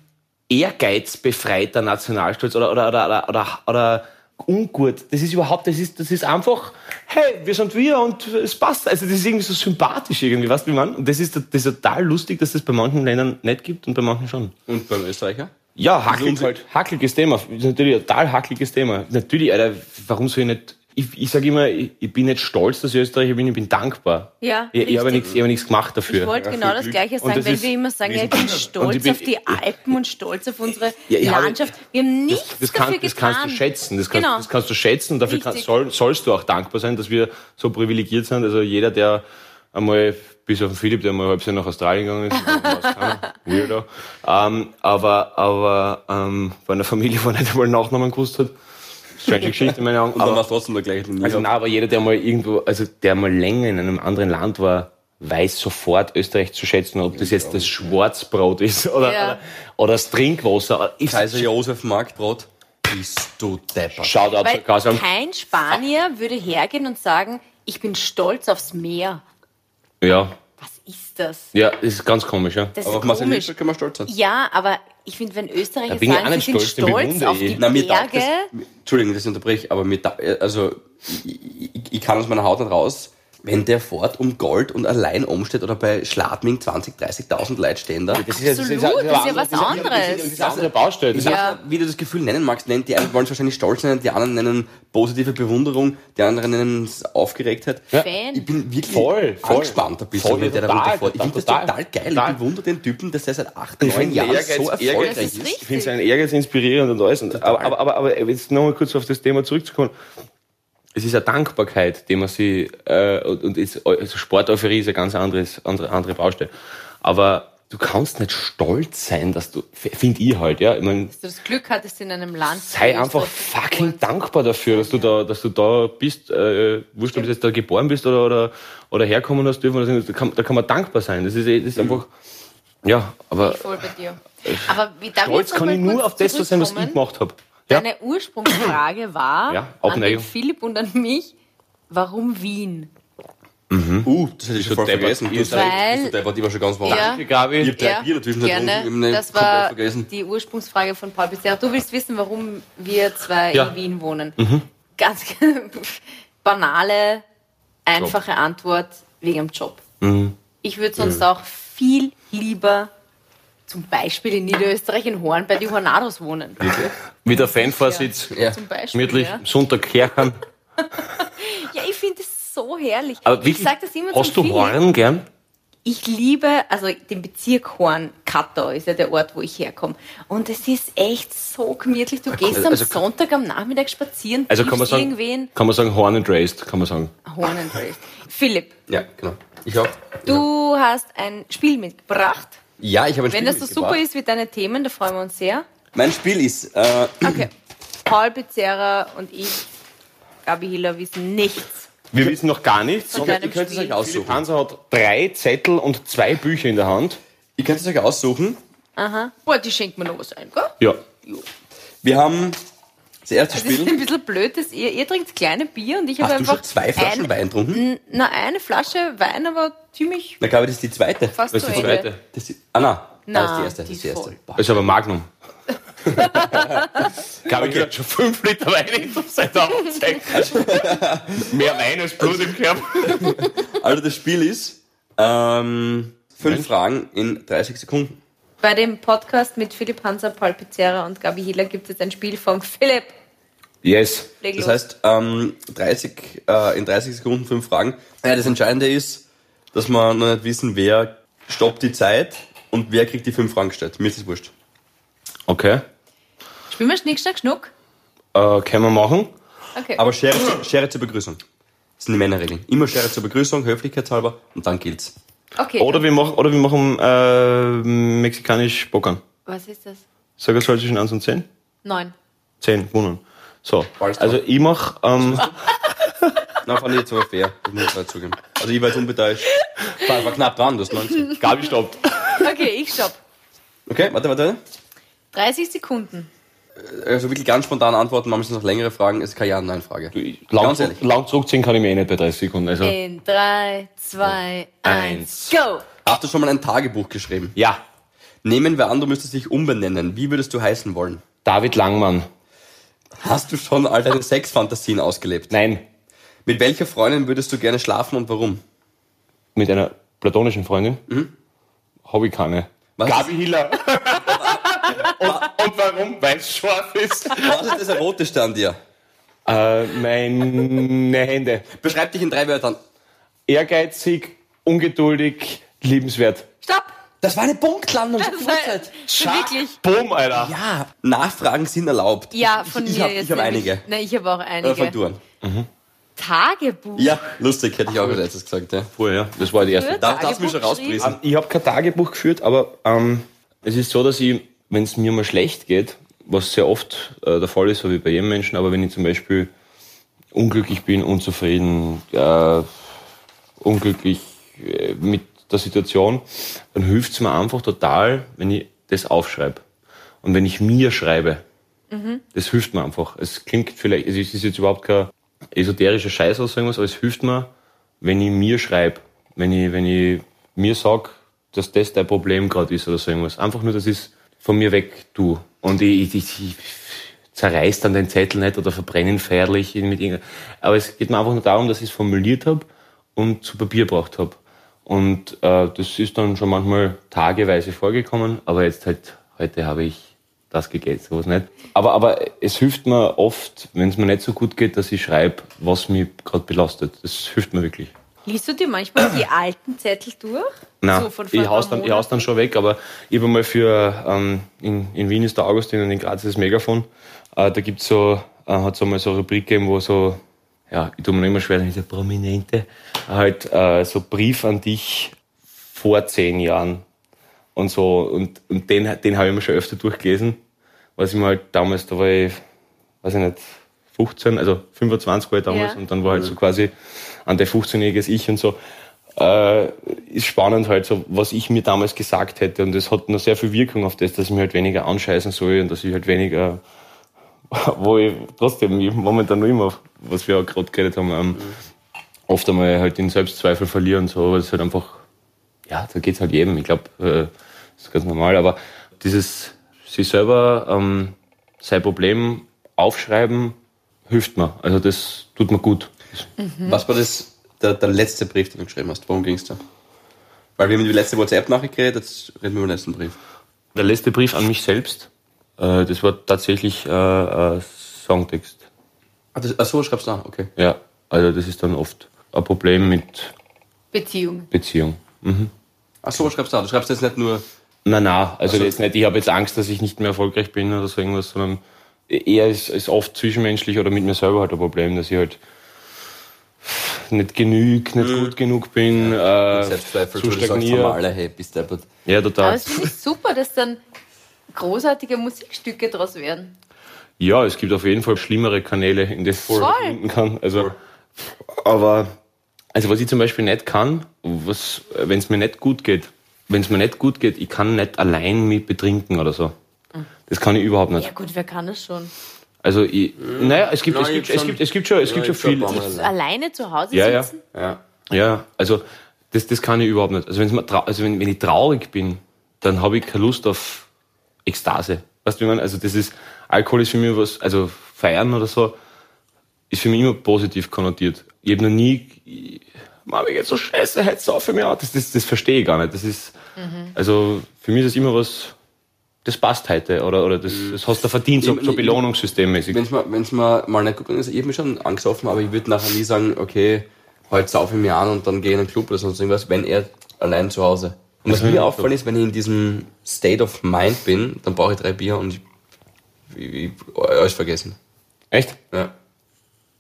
ehrgeizbefreiter Nationalstolz oder, oder, oder, oder, oder, oder ungut. Das ist überhaupt, das ist, das ist einfach, hey, wir sind wir und es passt. Also das ist irgendwie so sympathisch irgendwie, weißt du, wie man? Und das ist, das ist total lustig, dass das bei manchen Ländern nicht gibt und bei manchen schon.
Und beim Österreicher?
Ja, hackelig
Gesundheit.
halt. Hackeliges Thema. Ist Natürlich ein total hackeliges Thema. Natürlich, Alter, warum soll ich nicht. Ich, ich sage immer, ich, ich bin nicht stolz, dass ich Österreicher bin, ich bin dankbar.
Ja,
Ich, ich habe
richtig.
nichts ich habe nichts gemacht
Ich
dafür.
wollte genau das Gleiche
Und
sagen,
das
weil
ist-
wir immer sagen, ja, ich bin stolz
ich bin-
auf die Alpen und stolz auf unsere
Ja, ich habe-
Landschaft. Wir haben nichts
Das, kann,
dafür
das
getan.
kannst du schätzen. Das kannst,
Genau.
das kannst du schätzen und dafür kann,
Richtig.
soll, sollst du auch dankbar sein, dass wir so privilegiert sind. Also jeder, der einmal, bis auf den Philipp, der mal halb Jahr nach Australien gegangen ist, weiß keiner, weirdo. ähm, aber aber ähm, bei einer Familie, die nicht einmal Nachnamen gewusst hat, strange Geschichte, meine Augen.
Aber man ist trotzdem der gleiche Linie.
Also nein, aber jeder, der mal irgendwo, also der mal länger in einem anderen Land war, weiß sofort Österreich zu schätzen, ob das jetzt das Schwarzbrot ist oder,
Ja.
oder, oder das Trinkwasser. Ich
Kaiser Josef Marktbrot, bist du deppert.
schaut ab,
Weil
Kasam.
kein Spanier würde hergehen und sagen, ich bin stolz aufs Meer.
Ja,
Was ist das?
ja, das ist ganz komisch, ja.
Das
Aber auf
ist
Marcel
komisch.
Hilfeld können wir stolz sein.
Ja, aber ich finde, wenn Österreicher
Da bin eh. ich auch
sagen, sie sind
nicht stolz, den
stolz
bewundere
auf
ich.
die
Na, mir taugt das,
Berge,
Entschuldigung, das unterbreche, aber mir taugt, also, ich, ich, ich kann aus meiner Haut nicht raus, wenn der Ford um Gold und allein umsteht oder bei Schladming 20.000, 30.000 Leute stehen da.
Das
absolut, das ist ja was
Das ist
anderes.
eine andere Baustelle. Das
Ich
ist-
Ja.
ja. wie du das Gefühl nennen magst, nennt die einen wollen es wahrscheinlich stolz nennen, die anderen nennen positive Bewunderung, die anderen nennen es Aufgeregtheit.
Ja.
Fan.
Ich bin wirklich
Voll, voll.
angespannt ein bisschen,
Voll,
wenn der da
total,
runterfährt. Ich finde das
total,
total, geil.
total.
Ich bewundere den Typen, dass der seit acht, neun
finde
Jahren
Ehrgeiz-
so
Ehrgeiz
erfolgreich
Das ist
ist.
richtig.
Ich finde seinen Ehrgeiz inspirierend und alles. Und, aber, aber, aber, aber jetzt nochmal kurz auf das Thema zurückzukommen. Es ist eine Dankbarkeit, die man sie, äh, und, und ist, also Sporteuphorie ist eine ganz anderes, andere, andere Baustelle. Aber du kannst nicht stolz sein, dass du, finde ich halt, ja. Ich mein,
dass du das Glück hattest in einem Land.
sei einfach fucking dankbar dafür, dass du da, dass du da bist, äh, wurscht, ob du jetzt da geboren bist oder, oder, oder herkommen hast dürfen, oder so, da kann, da kann man dankbar sein. Das ist, eh- das ist
Mhm.
einfach, ja, aber
Voll bei dir. Aber wie darf
stolz
jetzt noch
kann
mal
ich nur
kurz
auf das so sein, was ich
zurückkommen?
gemacht habe. Ja?
Deine Ursprungsfrage war
Ja, auch
an
eine-
den Philipp und an mich, warum Wien?
Uh, das hätte ich schon voll
deppert.
vergessen.
Ihr
Bist du
seid-
bist du deppert, die war schon ganz warm.
Ja.
Danke, Gabi.
Ich hab drei Bier dazwischen getrunken, ich hab
Das
komplett
war
vergessen.
die Ursprungsfrage von Paul Bisser. Du willst wissen, warum wir zwei
Ja. Mhm.
in Wien wohnen. Ganz banale, einfache Antwort wegen dem Job.
Mhm.
Ich würde sonst auch viel lieber zum Beispiel in Niederösterreich in Horn bei den Hornados wohnen.
Mit der Fanvorsitz,
Ja.
Zum Beispiel.
gemütlich,
Ja.
Sonntag herren.
ja, ich finde das so herrlich.
Aber
ich
wirklich,
sag das immer
hast
zum
du
Philipp.
Horn gern?
ich liebe, also den Bezirk Horn-Kattau ist ja der Ort, wo ich herkomme. Und es ist echt so gemütlich. Du gehst am
also-
Sonntag am Nachmittag spazieren,
Also kann man
triffst
sagen,
irgendwen.
kann man sagen Horn and Raised, kann man sagen.
Horn and Raised. Philipp,
ja, genau. Ich auch.
du hast ein Spiel mitgebracht.
Ja, ich habe ein Spiel
Wenn das so super
mitgebracht.
ist wie deine Themen, da freuen wir uns sehr.
Mein Spiel ist, äh,
Okay. Paul Pizzerra und ich, Gabi Hiller, wissen nichts.
Wir wissen noch gar nichts.
Von deinem Spiel.
Philipp Hanser hat drei Zettel und zwei Bücher in der Hand.
ihr könnt es euch aussuchen.
Aha. Boah, die schenkt mir noch was ein, gell?
Ja.
Wir haben das erste
Das ist
Spiel.
ein bisschen blöd, dass ihr, ihr trinkt kleine Bier und ich habe
Hast du
einfach
schon zwei Flaschen
ein-
Wein getrunken?
Na, eine Flasche Wein, aber ziemlich
Na, glaube ich, das ist die zweite.
fast
Das
zu
ist die
Ende.
zweite.
Das ist, ah, nein.
Nein,
das ist die erste. Das
die
ist die erste.
voll.
Boah.
Ist also aber Magnum. Gabi okay. hat schon fünf Liter Wein in seit der Aufzeichnung. Mehr Wein als Blut im Körper.
Also, das Spiel ist ähm, fünf Fragen in 30 Sekunden.
Bei dem Podcast mit Philipp Hanser, Paul Pizzerra und Gabi Hiller gibt es jetzt ein Spiel von Philipp.
Yes.
Leg
Das
los.
heißt, ähm, 30, äh, in 30 Sekunden fünf Fragen. Ja, das Entscheidende ist, dass wir noch nicht wissen, wer stoppt die Zeit und wer kriegt die fünf Fragen gestellt. Mir ist das wurscht.
Okay.
Spielen wir Schnick, Schnack, Schnuck?
Äh, können wir machen?
Okay.
Aber Schere, zu- Schere zur Begrüßung. Das sind die Männerregeln. Immer Schere zur Begrüßung, höflichkeitshalber und dann gilt's.
okay.
Oder wir machen, oder wir machen äh, mexikanisch Bockern.
Was ist das?
Sag eine Zahl zwischen 1 und 10.
Neun.
10 gewonnen. So,
Alles klar.
also ich mach, ähm,
Na, fand ich jetzt aber fair. Das muss ich halt zugeben. Also ich war jetzt unbeteiligt. War, war knapp dran, du hast 19.
Gabi stoppt.
Okay, ich stopp.
Okay, warte, warte.
30 Sekunden.
Also wirklich ganz spontan antworten, manchmal sind noch längere Fragen, ist keine Ja-Nein-Frage.
Lang,
Ganz ehrlich.
lang zurückziehen kann ich mir eh nicht bei 30 Sekunden. Also,
In drei, zwei, eins, go!
Hast du schon mal ein Tagebuch geschrieben?
ja,
Nehmen wir an, du müsstest dich umbenennen. Wie würdest du heißen wollen?
David Langmann.
Hast du schon all deine Sexfantasien ausgelebt?
Nein,
Mit welcher Freundin würdest du gerne schlafen und warum?
mit einer platonischen Freundin. Habe ich keine.
Was,
Gabi Hiller. und, und warum? Weil es scharf ist.
was ist das Erotischste an dir?
Äh, meine Hände.
Beschreib dich in drei Wörtern.
Ehrgeizig, ungeduldig, liebenswert.
Stopp!
Das war eine Punktlandung.
Das halt war- Wirklich?
Boom, Alter.
Ja, Nachfragen sind erlaubt.
Ja, von
ich, ich
mir
hab,
jetzt.
Ich habe
nämlich-
einige. Äh,
Nein, ich habe auch
Oder von
einige.
Duan.
Tagebuch.
Ja, lustig, hätte ich auch als letztes gesagt. Ja.
Voll, ja. Das war die erste.
Da darfst du mich schon
Tagebuch geschrieben?
rauspriesen.
Ähm, Ich habe kein Tagebuch geführt, aber ähm, es ist so, dass ich, wenn es mir mal schlecht geht, was sehr oft äh, der Fall ist, so wie bei jedem Menschen, aber wenn ich zum Beispiel unglücklich bin, unzufrieden, äh, unglücklich äh, mit der Situation, dann hilft es mir einfach total, wenn ich das aufschreibe. Und wenn ich mir schreibe, das hilft mir einfach. Es klingt vielleicht, also es ist jetzt überhaupt kein esoterischer Scheiß oder so irgendwas, aber es hilft mir, wenn ich mir schreibe, wenn ich, wenn ich mir sage, dass das dein Problem gerade ist oder so irgendwas. Einfach nur, dass ich es von mir weg tue. Und ich, ich, ich zerreiß dann den Zettel nicht oder verbrenne ihn feierlich mit irgendeiner. Aber es geht mir einfach nur darum, dass ich es formuliert habe und zu Papier gebracht habe. Und äh, das ist dann schon manchmal tageweise vorgekommen, aber jetzt halt, heute habe ich das gegessen, sowas nicht. Aber, aber es hilft mir oft, wenn es mir nicht so gut geht, dass ich schreibe, was mich gerade belastet. Das hilft mir wirklich.
Liest du dir manchmal die alten Zettel durch?
Nein,
So von vor
ich, haus
paar
dann, ich haus dann schon weg, aber ich habe mal für, ähm, in, in Wien ist der Augustin und in Graz ist das Megafon, äh, da gibt's so, äh, hat es einmal so eine Rubrik gegeben, wo so, ja, ich tu mir noch immer schwer, damit der Prominente, halt äh, so Brief an dich vor zehn Jahren und so, und, und den, den habe ich mir schon öfter durchgelesen, was ich mir halt damals, da war ich, weiß ich nicht, 15, also 25 war ich damals
Ja.
und dann war halt so quasi an der 15-jähriges Ich und so. Äh, ist spannend halt so, was ich mir damals gesagt hätte und das hat noch sehr viel Wirkung auf das, dass ich mir halt weniger anscheißen soll und dass ich halt weniger, wo ich trotzdem ich momentan noch immer, was wir auch gerade geredet haben, ähm, oft einmal halt in Selbstzweifel verliere und so, weil es halt einfach ja, da geht's halt jedem. Ich glaube, äh, ist ganz normal. Aber dieses sich selber ähm, sein Problem aufschreiben hilft mir. Also das tut mir gut.
Was war das, der, der letzte Brief, den du geschrieben hast? Worum ging's da? Weil wir haben über die letzte WhatsApp-Nachricht geredet, jetzt reden wir über den letzten Brief.
Der letzte Brief an mich selbst, äh, das war tatsächlich äh, ein Songtext.
Ah, das, ach so, schreibst du nach, okay.
Ja, also das ist dann oft ein Problem mit
Beziehung.
Beziehung.
Ach so, schreibst du nach. Du schreibst jetzt nicht nur,
Na na, also
Also-
jetzt nicht, ich habe jetzt Angst, dass ich nicht mehr erfolgreich bin oder so irgendwas, sondern eher ist, ist oft zwischenmenschlich oder mit mir selber halt ein Problem, dass ich halt nicht genüg, nicht gut genug bin, äh,
Selbstzweifel,
zu
du sagst
stagnieren.
normal, hey, bist du deppert.
Ja,
Aber
total.
es finde ich super, dass dann großartige Musikstücke daraus werden.
Ja, es gibt auf jeden Fall schlimmere Kanäle, in denen
Voll.
man finden kann. Also, aber, also was ich zum Beispiel nicht kann, was, wenn es mir nicht gut geht, wenn es mir nicht gut geht, ich kann nicht allein mich betrinken oder so.
Mhm.
Das kann ich überhaupt nicht.
Ja gut, wer kann das schon?
Also, ich, naja, es gibt,
Nein,
es, gibt,
Mhm. ich hab
es,
schon-
gibt, es gibt schon, es
Ja,
gibt schon
ich hab
viel.
auch mal-
So alleine zu Hause
Ja, ja.
sitzen?
Ja.
Ja, also das, das kann ich überhaupt nicht. Also, wenn's mir trau also wenn, wenn ich traurig bin, dann habe ich keine Lust auf Ekstase. Weißt du, wie man, also das ist, Alkohol ist für mich was, also feiern oder so, ist für mich immer positiv konnotiert. Ich habe noch nie, ich- Mama, mir geht's so scheiße, halt so für mich auch. Das, das, das verstehe ich gar nicht. Das ist, also für mich ist das immer was, das passt heute oder, oder das, das hast du verdient, so,
Mhm. Ich-
so
ich-
belohnungssystemmäßig.
Wenn es mal, wenn's mal, mal nicht gut gegangen ist, ich hab mich schon angesoffen, aber ich würde nachher nie sagen, okay, heute saufe ich mich an und dann gehe ich in einen Club oder sonst irgendwas, wenn er allein zu Hause. Und was
Das ist
mir
so.
auffällt ist, wenn ich in diesem State of Mind bin, dann brauche ich drei Bier und ich, ich, ich alles vergessen.
Echt?
Ja.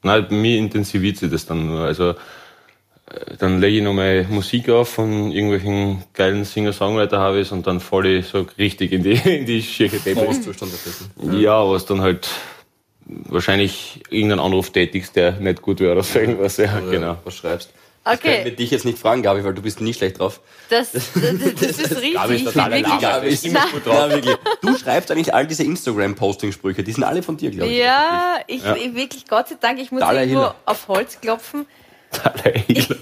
Nein, bei mir intensiviert sich das dann nur. Also äh, dann lege ich nochmal Musik auf von irgendwelchen geilen Singer-Songwriter-Harveys und dann falle ich so richtig in die, in die schiere
Mhm.
Debatte.
Zustand dazwischen.
Ja, was dann halt wahrscheinlich irgendeinen Anruf tätigst, der nicht gut wäre oder so irgendwas. Ja,
Oder
genau.
Was schreibst? Das
Okay.
können wir dich jetzt nicht fragen, Gabi, weil du bist nie schlecht drauf.
Das, das, das, das ist richtig.
Gabi ist total
Wirklich.
Lama. Gabi ist immer gut drauf.
Na, wirklich. Du schreibst eigentlich all diese Instagram-Posting-Sprüche, die sind alle von dir, glaube ich.
Ja, ich, ich wirklich, Gott sei Dank, ich muss
Dalai
irgendwo
Hilla.
auf Holz klopfen.
Dalai Hila.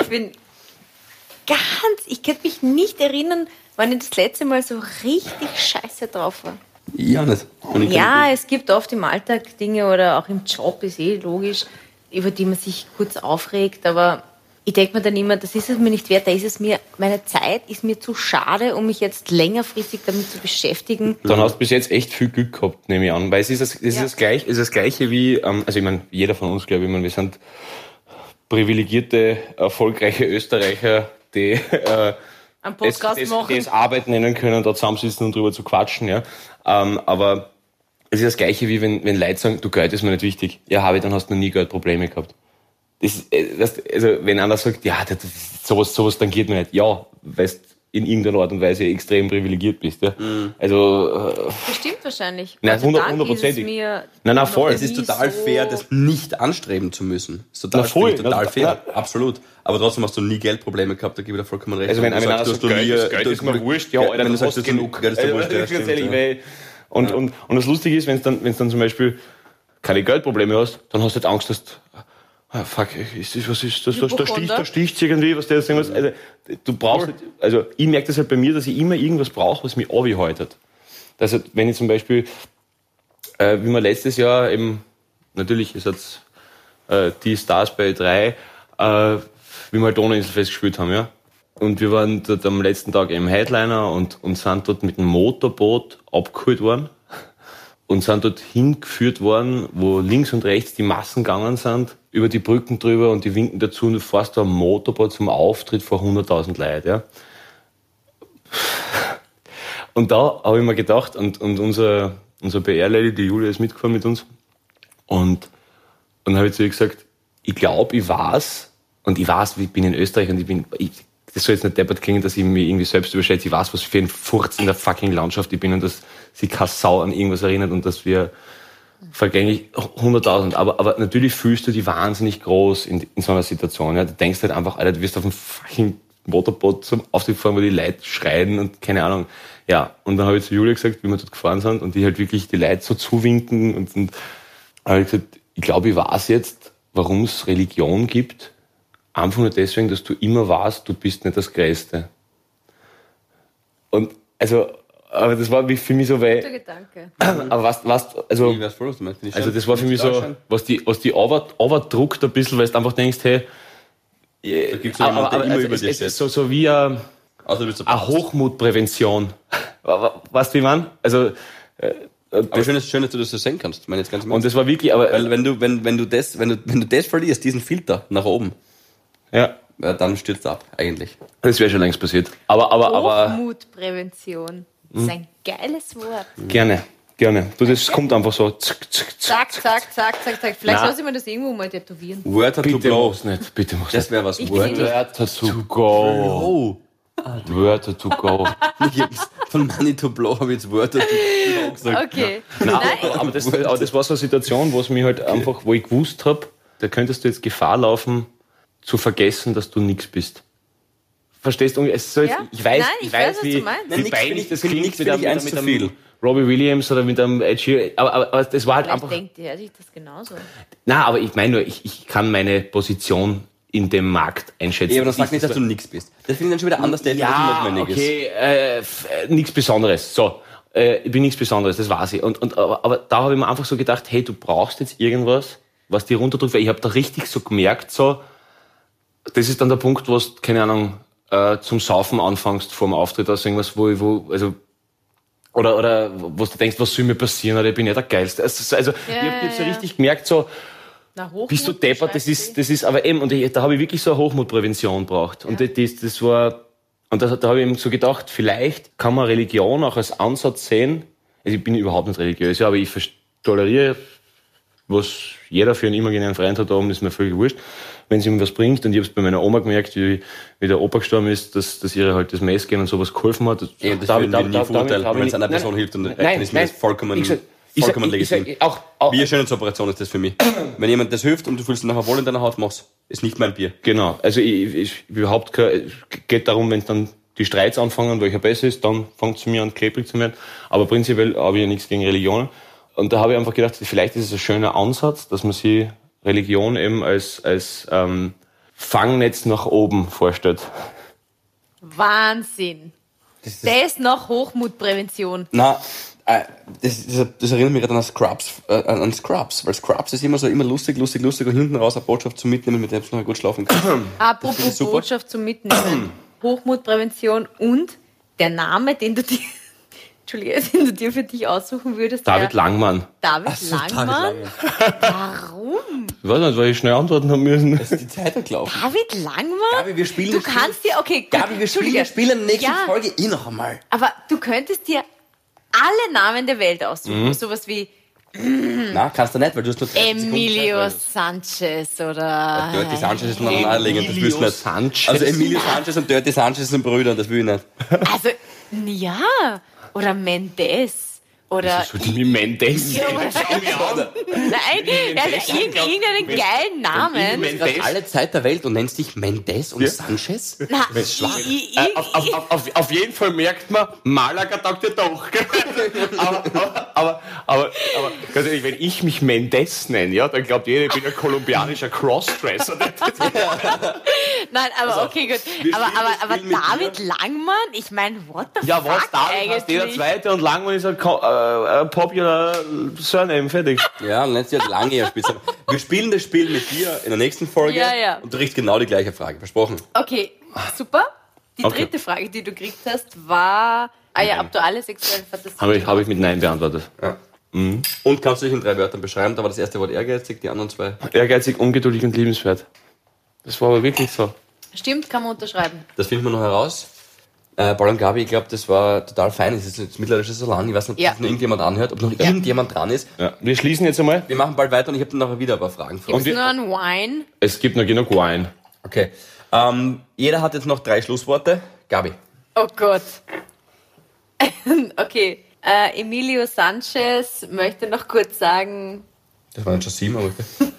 Ich bin ganz, ich kann mich nicht erinnern, wann ich das letzte Mal so richtig scheiße drauf war.
Ja, nicht. Und ich
Ja, es gibt oft im Alltag Dinge oder auch im Job, ist eh logisch, über die man sich kurz aufregt, aber ich denke mir dann immer, das ist es mir nicht wert, da ist es mir, meine Zeit ist mir zu schade, um mich jetzt längerfristig damit zu beschäftigen.
Dann hast du bis jetzt echt viel Glück gehabt, nehme ich an. Weil es ist das, es ist
Ja.
das, gleich, es ist das Gleiche wie, ähm, also ich meine, jeder von uns, glaube ich, ich meine, wir sind privilegierte, erfolgreiche Österreicher, die äh,
Am
das,
Podcast
das,
machen.
das Arbeit nennen können, da zusammensitzen und drüber zu quatschen, ja. Ähm, aber es ist das Gleiche wie wenn, wenn Leute sagen, du Geld ist mir nicht wichtig. Ja, habe ich, dann hast du noch nie Geldprobleme gehabt. Das, ist, äh, das, also wenn einer sagt, ja, das, das- sowas, sowas tangiert mir nicht. Ja, weißt, in irgendeiner Art und Weise extrem privilegiert bist. Ja? Also, äh,
Bestimmt wahrscheinlich.
Nein,
Gott sei
hundert-
Dank ist es
hundertprozentig.
mir
Nein, nein,
noch
voll.
nie
Es
Es ist total
so-
fair, das nicht anstreben zu müssen. Ist total,
Na, voll.
finde ich total
Na,
fair. Absolut. Aber trotzdem hast du nie Geldprobleme gehabt, da gebe ich dir vollkommen recht.
also wenn
du
einer sagt,
sagst,
du
du
hast
hast du nie,
Geld, das Geld
du-
ist mir wurscht, ja, Alter,
wenn du
du
sagst,
hast
du hast genug, Geld ist dir
Also,
wurscht, ja,
ganz
stimmt,
ehrlich,
ja.
weil- und, und, und das Lustige ist, wenn dann, wenn's dann zum Beispiel keine Geldprobleme hast, dann hast du halt Angst, dass du- ah, fuck, ist das, was ist das, da, da sticht, da
Hypochonder.
sticht irgendwie, was der jetzt irgendwas, also du brauchst, halt- also ich merke das halt bei mir, dass ich immer irgendwas brauche, was mich abhäutet. Das heißt, wenn ich zum Beispiel, äh, wie wir letztes Jahr eben, natürlich ist jetzt äh, die Stars bei 3, äh, wie wir halt Donauinselfest gespielt haben, ja. Und wir waren dort am letzten Tag im Headliner und, und sind dort mit einem Motorboot abgeholt worden und sind dort hingeführt worden, wo links und rechts die Massen gegangen sind, über die Brücken drüber und die winken dazu und du fährst da am Motorboot zum Auftritt vor 100.000 Leuten, ja. Und da habe ich mir gedacht, und, und unser, unser PR-Lady, die Julia, ist mitgefahren mit uns. Und dann habe ich zu ihr gesagt, ich glaube, ich weiß, und ich weiß, ich bin in Österreich und ich bin, ich, das soll jetzt nicht deppert klingen, dass ich mich irgendwie selbst überschätze. Ich weiß, was für ein Furz in der fucking Landschaft ich bin und dass sich keine Sau an irgendwas erinnert und dass wir vergänglich 100.000. Aber, aber natürlich fühlst du die wahnsinnig groß in, in so einer Situation. Ja. Du denkst halt einfach, Alter, du wirst auf dem fucking Motorboot zum Auftritt fahren, wo die Leute schreien und keine Ahnung. Ja, und dann habe ich zu Julia gesagt, wie wir dort gefahren sind und die halt wirklich die Leute so zuwinken und, und habe ich gesagt, ich glaube, ich weiß jetzt, warum es Religion gibt. Einfach nur deswegen, dass du immer warst, du bist nicht das Größte. Und also, aber das war für mich so,
Guter
weil,
Gedanke.
aber was, was, also,
Ich weiß voll, was du meinst. Finde ich
also
schön.
das war für mich so, was die, was die Over- overdruckt ein bisschen, weil du einfach denkst, hey, Ah,
Da gibt's jemanden, der immer
es,
über
es,
dir
es
steht.
ist so, so wie äh, eine,
Außer du bist ein
eine
Papst.
Hochmutprävention. weißt du, wie man? Also,
Aber schön, ist- schön, dass du das so sehen kannst. Ich meine jetzt ganz im
und
Ernst.
das war wirklich, aber,
Weil wenn du, wenn, wenn du das, wenn du, wenn du das verlierst, diesen Filter nach oben,
ja,
ja, dann stürzt er ab, eigentlich.
das wäre schon längst passiert. Aber, aber, aber, Hm.
Hochmutprävention. Das ist ein geiles Wort.
gerne, gerne. Du, das kommt einfach so, zick, zick, zick.
Zack, zack, zack, zack, zack. Vielleicht
Na.
lasse ich mir das irgendwo mal tätowieren.
Word to
Bitte
blow.
mach's nicht, bitte mach's
Das
nicht.
wäre was.
Ich
Word
bin
to
nicht-
Wörter to go,
blow.
Wörter to go.
Ich hab's- Von Money to blow habe ich jetzt Word to blow gesagt.
Okay.
Nein,
Nein,
aber, aber, das, aber das war so eine Situation, wo es mir halt einfach, wo ich gewusst habe, da könntest du jetzt Gefahr laufen, zu vergessen, dass du nichts bist. Verstehst du? Es soll jetzt,
Ja.
ich weiß,
Nein,
ich
ich
weiß,
weiß, was
wie,
du meinst.
wie
Nein, nix
peinlich
finde
das
ich-
klingt
nix
mit einem,
finde ich eins
mit
zu
einem
viel.
Robbie Williams oder mit einem Ed Sheeran. Aber, aber, aber das war halt
vielleicht
einfach.
denkt er sich das genauso.
Na, aber ich meine nur, ich, ich kann meine Position in dem Markt einschätzen.
Ja, aber dann sag
Ist
nicht,
das
dass du nix bist. Das finde ich dann schon wieder anders, der
ja, okay, äh, f- äh, nichts Besonderes. So, äh, ich bin nichts Besonderes, das weiß ich. Und, und, aber, aber da habe ich mir einfach so gedacht, hey, du brauchst jetzt irgendwas, was dir runterdrückt. Weil ich habe da richtig so gemerkt, so, das ist dann der Punkt, wo du, keine Ahnung, äh, zum Saufen anfängst vor dem Auftritt, also irgendwas, wo ich, wo, also, oder, oder, wo du denkst, was soll mir passieren, oder ich bin nicht der Geilste. Also, also ich habe
ja,
jetzt so
ja.
richtig gemerkt, so,
Na, Hochmut,
bist du deppert, das ist, das ist aber eben, und ich, da habe ich wirklich so eine Hochmutprävention braucht. Und das- das, das war, und das, da habe ich eben so gedacht, vielleicht kann man Religion auch als Ansatz sehen. Also ich bin überhaupt nicht religiös, ja, aber ich vers- toleriere, was jeder für einen imaginären Freund hat, darum ist mir völlig wurscht, wenn es ihm was bringt. Und ich habe es bei meiner Oma gemerkt, wie, wie der Opa gestorben ist, dass, dass ihr halt das Mess gehen und sowas geholfen hat.
Ja, das
Da-
würden
da-
wir nie
da- da-
verurteilen,
da-
wenn es
da-
einer
nein,
Person hilft und
nein,
erkennt, ist mir
nein.
das vollkommen-
Ich sag- ich sag-
vollkommen
ich sag-
legitim.
Auch, auch,
Wie eine schöne Operation ist das für mich. Wenn jemand das hilft und du fühlst dich nachher wohl in deiner Haut, mach's. Ist nicht mein Bier.
Genau, also ich, ich überhaupt kein, es geht darum, wenn dann die Streits anfangen, welcher besser ist, dann fängt zu mir an, klebrig zu werden. Aber prinzipiell habe ich ja nichts gegen Religion. Und da habe ich einfach gedacht, vielleicht ist es ein schöner Ansatz, dass man sich Religion eben als, als ähm, Fangnetz nach oben vorstellt.
Wahnsinn. Das, ist noch Hochmutprävention.
Na, äh, das, das, das erinnert mich gerade an Scrubs, äh, an an Scrubs, weil Scrubs ist immer so immer lustig, lustig, lustig und hinten raus eine Botschaft zum Mitnehmen, mit der du noch gut schlafen kannst. finde ich
Apropos
super.
Botschaft zum Mitnehmen. Hochmutprävention und der Name, den du dir, Entschuldige, den du dir für dich aussuchen würdest,
David
der
Langmann.
David
So,
Langmann.
tagelang.
Warum?
Ich weiß nicht, weil ich schnell antworten haben müssen.
Das ist die Zeit gelaufen.
David Langmann?
Gabi, wir spielen
Du
das
kannst dir, okay, gut,
Gabi, wir spielen,
Entschuldige.
wir spielen in der nächsten
ja,
Folge eh noch einmal. Mhm.
Aber du könntest dir alle Namen der Welt aussuchen. Sowas wie
Na, kannst du nicht, weil du hast nur 30 Sekunden
Emilio
Zeit.
Sanchez oder.
Dirty Sanchez ist noch ein Naheliegend, das willst du nicht.
Sanchez.
Also Emilio Sanchez und Dirty Sanchez sind Brüder, das will ich nicht.
Also, ja. Oder Mendes. Oder.
Mendes.
Nein, er hat irgend- irgendeinen geilen Namen.
Du hast alle Zeit der Welt und nennst dich Mendes und Sanchez?
Na,
Das ist schwach.
i- i-
Äh, Auf, auf, auf, auf, auf jeden Fall merkt man, Malaga taugt ja doch. gell? aber, aber, aber, aber, aber ganz ehrlich, wenn ich mich Mendes nenne, ja, dann glaubt jeder, ich bin ein kolumbianischer Crossdresser.
Nein, aber okay, gut. Aber,
spielen
aber,
das
aber
Spiel mit
David Langmann? Ich meine, what the
ja, was,
fuck
David heißt jeder
eigentlich?
Zweite und Langmann ist ein Ko- äh, äh, popular Surname, fertig.
Ja, und nennst dich halt lange ihr Spitznamen. Wir spielen das Spiel mit dir in der nächsten Folge
Ja, ja.
und du riechst genau die gleiche Frage, versprochen.
Okay, super. Die
Okay.
dritte Frage, die du gekriegt hast, war... Ah ja, ob du alle sexuellen Fantasien...
Habe ich, hab ich mit Nein beantwortet.
Und kannst du dich in drei Wörtern beschreiben, da war das erste Wort ehrgeizig, die anderen zwei.
Ehrgeizig, ungeduldig und liebenswert. Das war aber wirklich so.
Stimmt, kann man unterschreiben.
Das finden wir noch heraus. Äh, Paul und Gabi, ich glaube, das war total fein. Es ist jetzt mittlerweile schon so lang. Ich weiß nicht, ob
Ja.
das noch irgendjemand anhört, ob noch irgendjemand dran ist.
Ja. Wir schließen jetzt einmal.
Wir machen bald weiter und ich habe dann nachher wieder ein paar Fragen für euch.
Ist nur ein Wine.
Es gibt noch genug Wein.
Okay. Ähm, jeder hat jetzt noch drei Schlussworte. Gabi.
Oh Gott. okay. Äh, Emilio Sanchez möchte noch kurz sagen,
Das waren schon sieben, aber okay.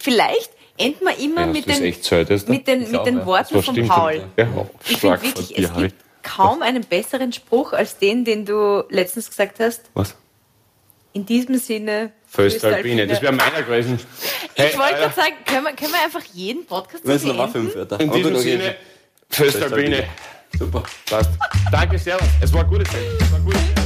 vielleicht enden wir immer
Ja,
mit,
das ist
den,
echt selten.
mit den, mit
glaube,
den
ja.
Worten
Das
von
stimmt.
Paul.
Ja,
Ich
stark
finde
von
wirklich,
dir,
es
Harry.
gibt kaum einen besseren Spruch als den, den du letztens gesagt hast.
Was?
In diesem Sinne.
Föstalpine, das wäre meiner gewesen. Hey,
Ich wollte gerade sagen, können wir, können wir einfach jeden Podcast
Das sind
so
nochmal
beenden?
fünf Wörter.
In
Aber gut,
diesem
okay.
Sinne, Föstalpine.
Super.
Passt. Danke, Servus. Es war ein gutes Ding. Es war ein gutes Ding.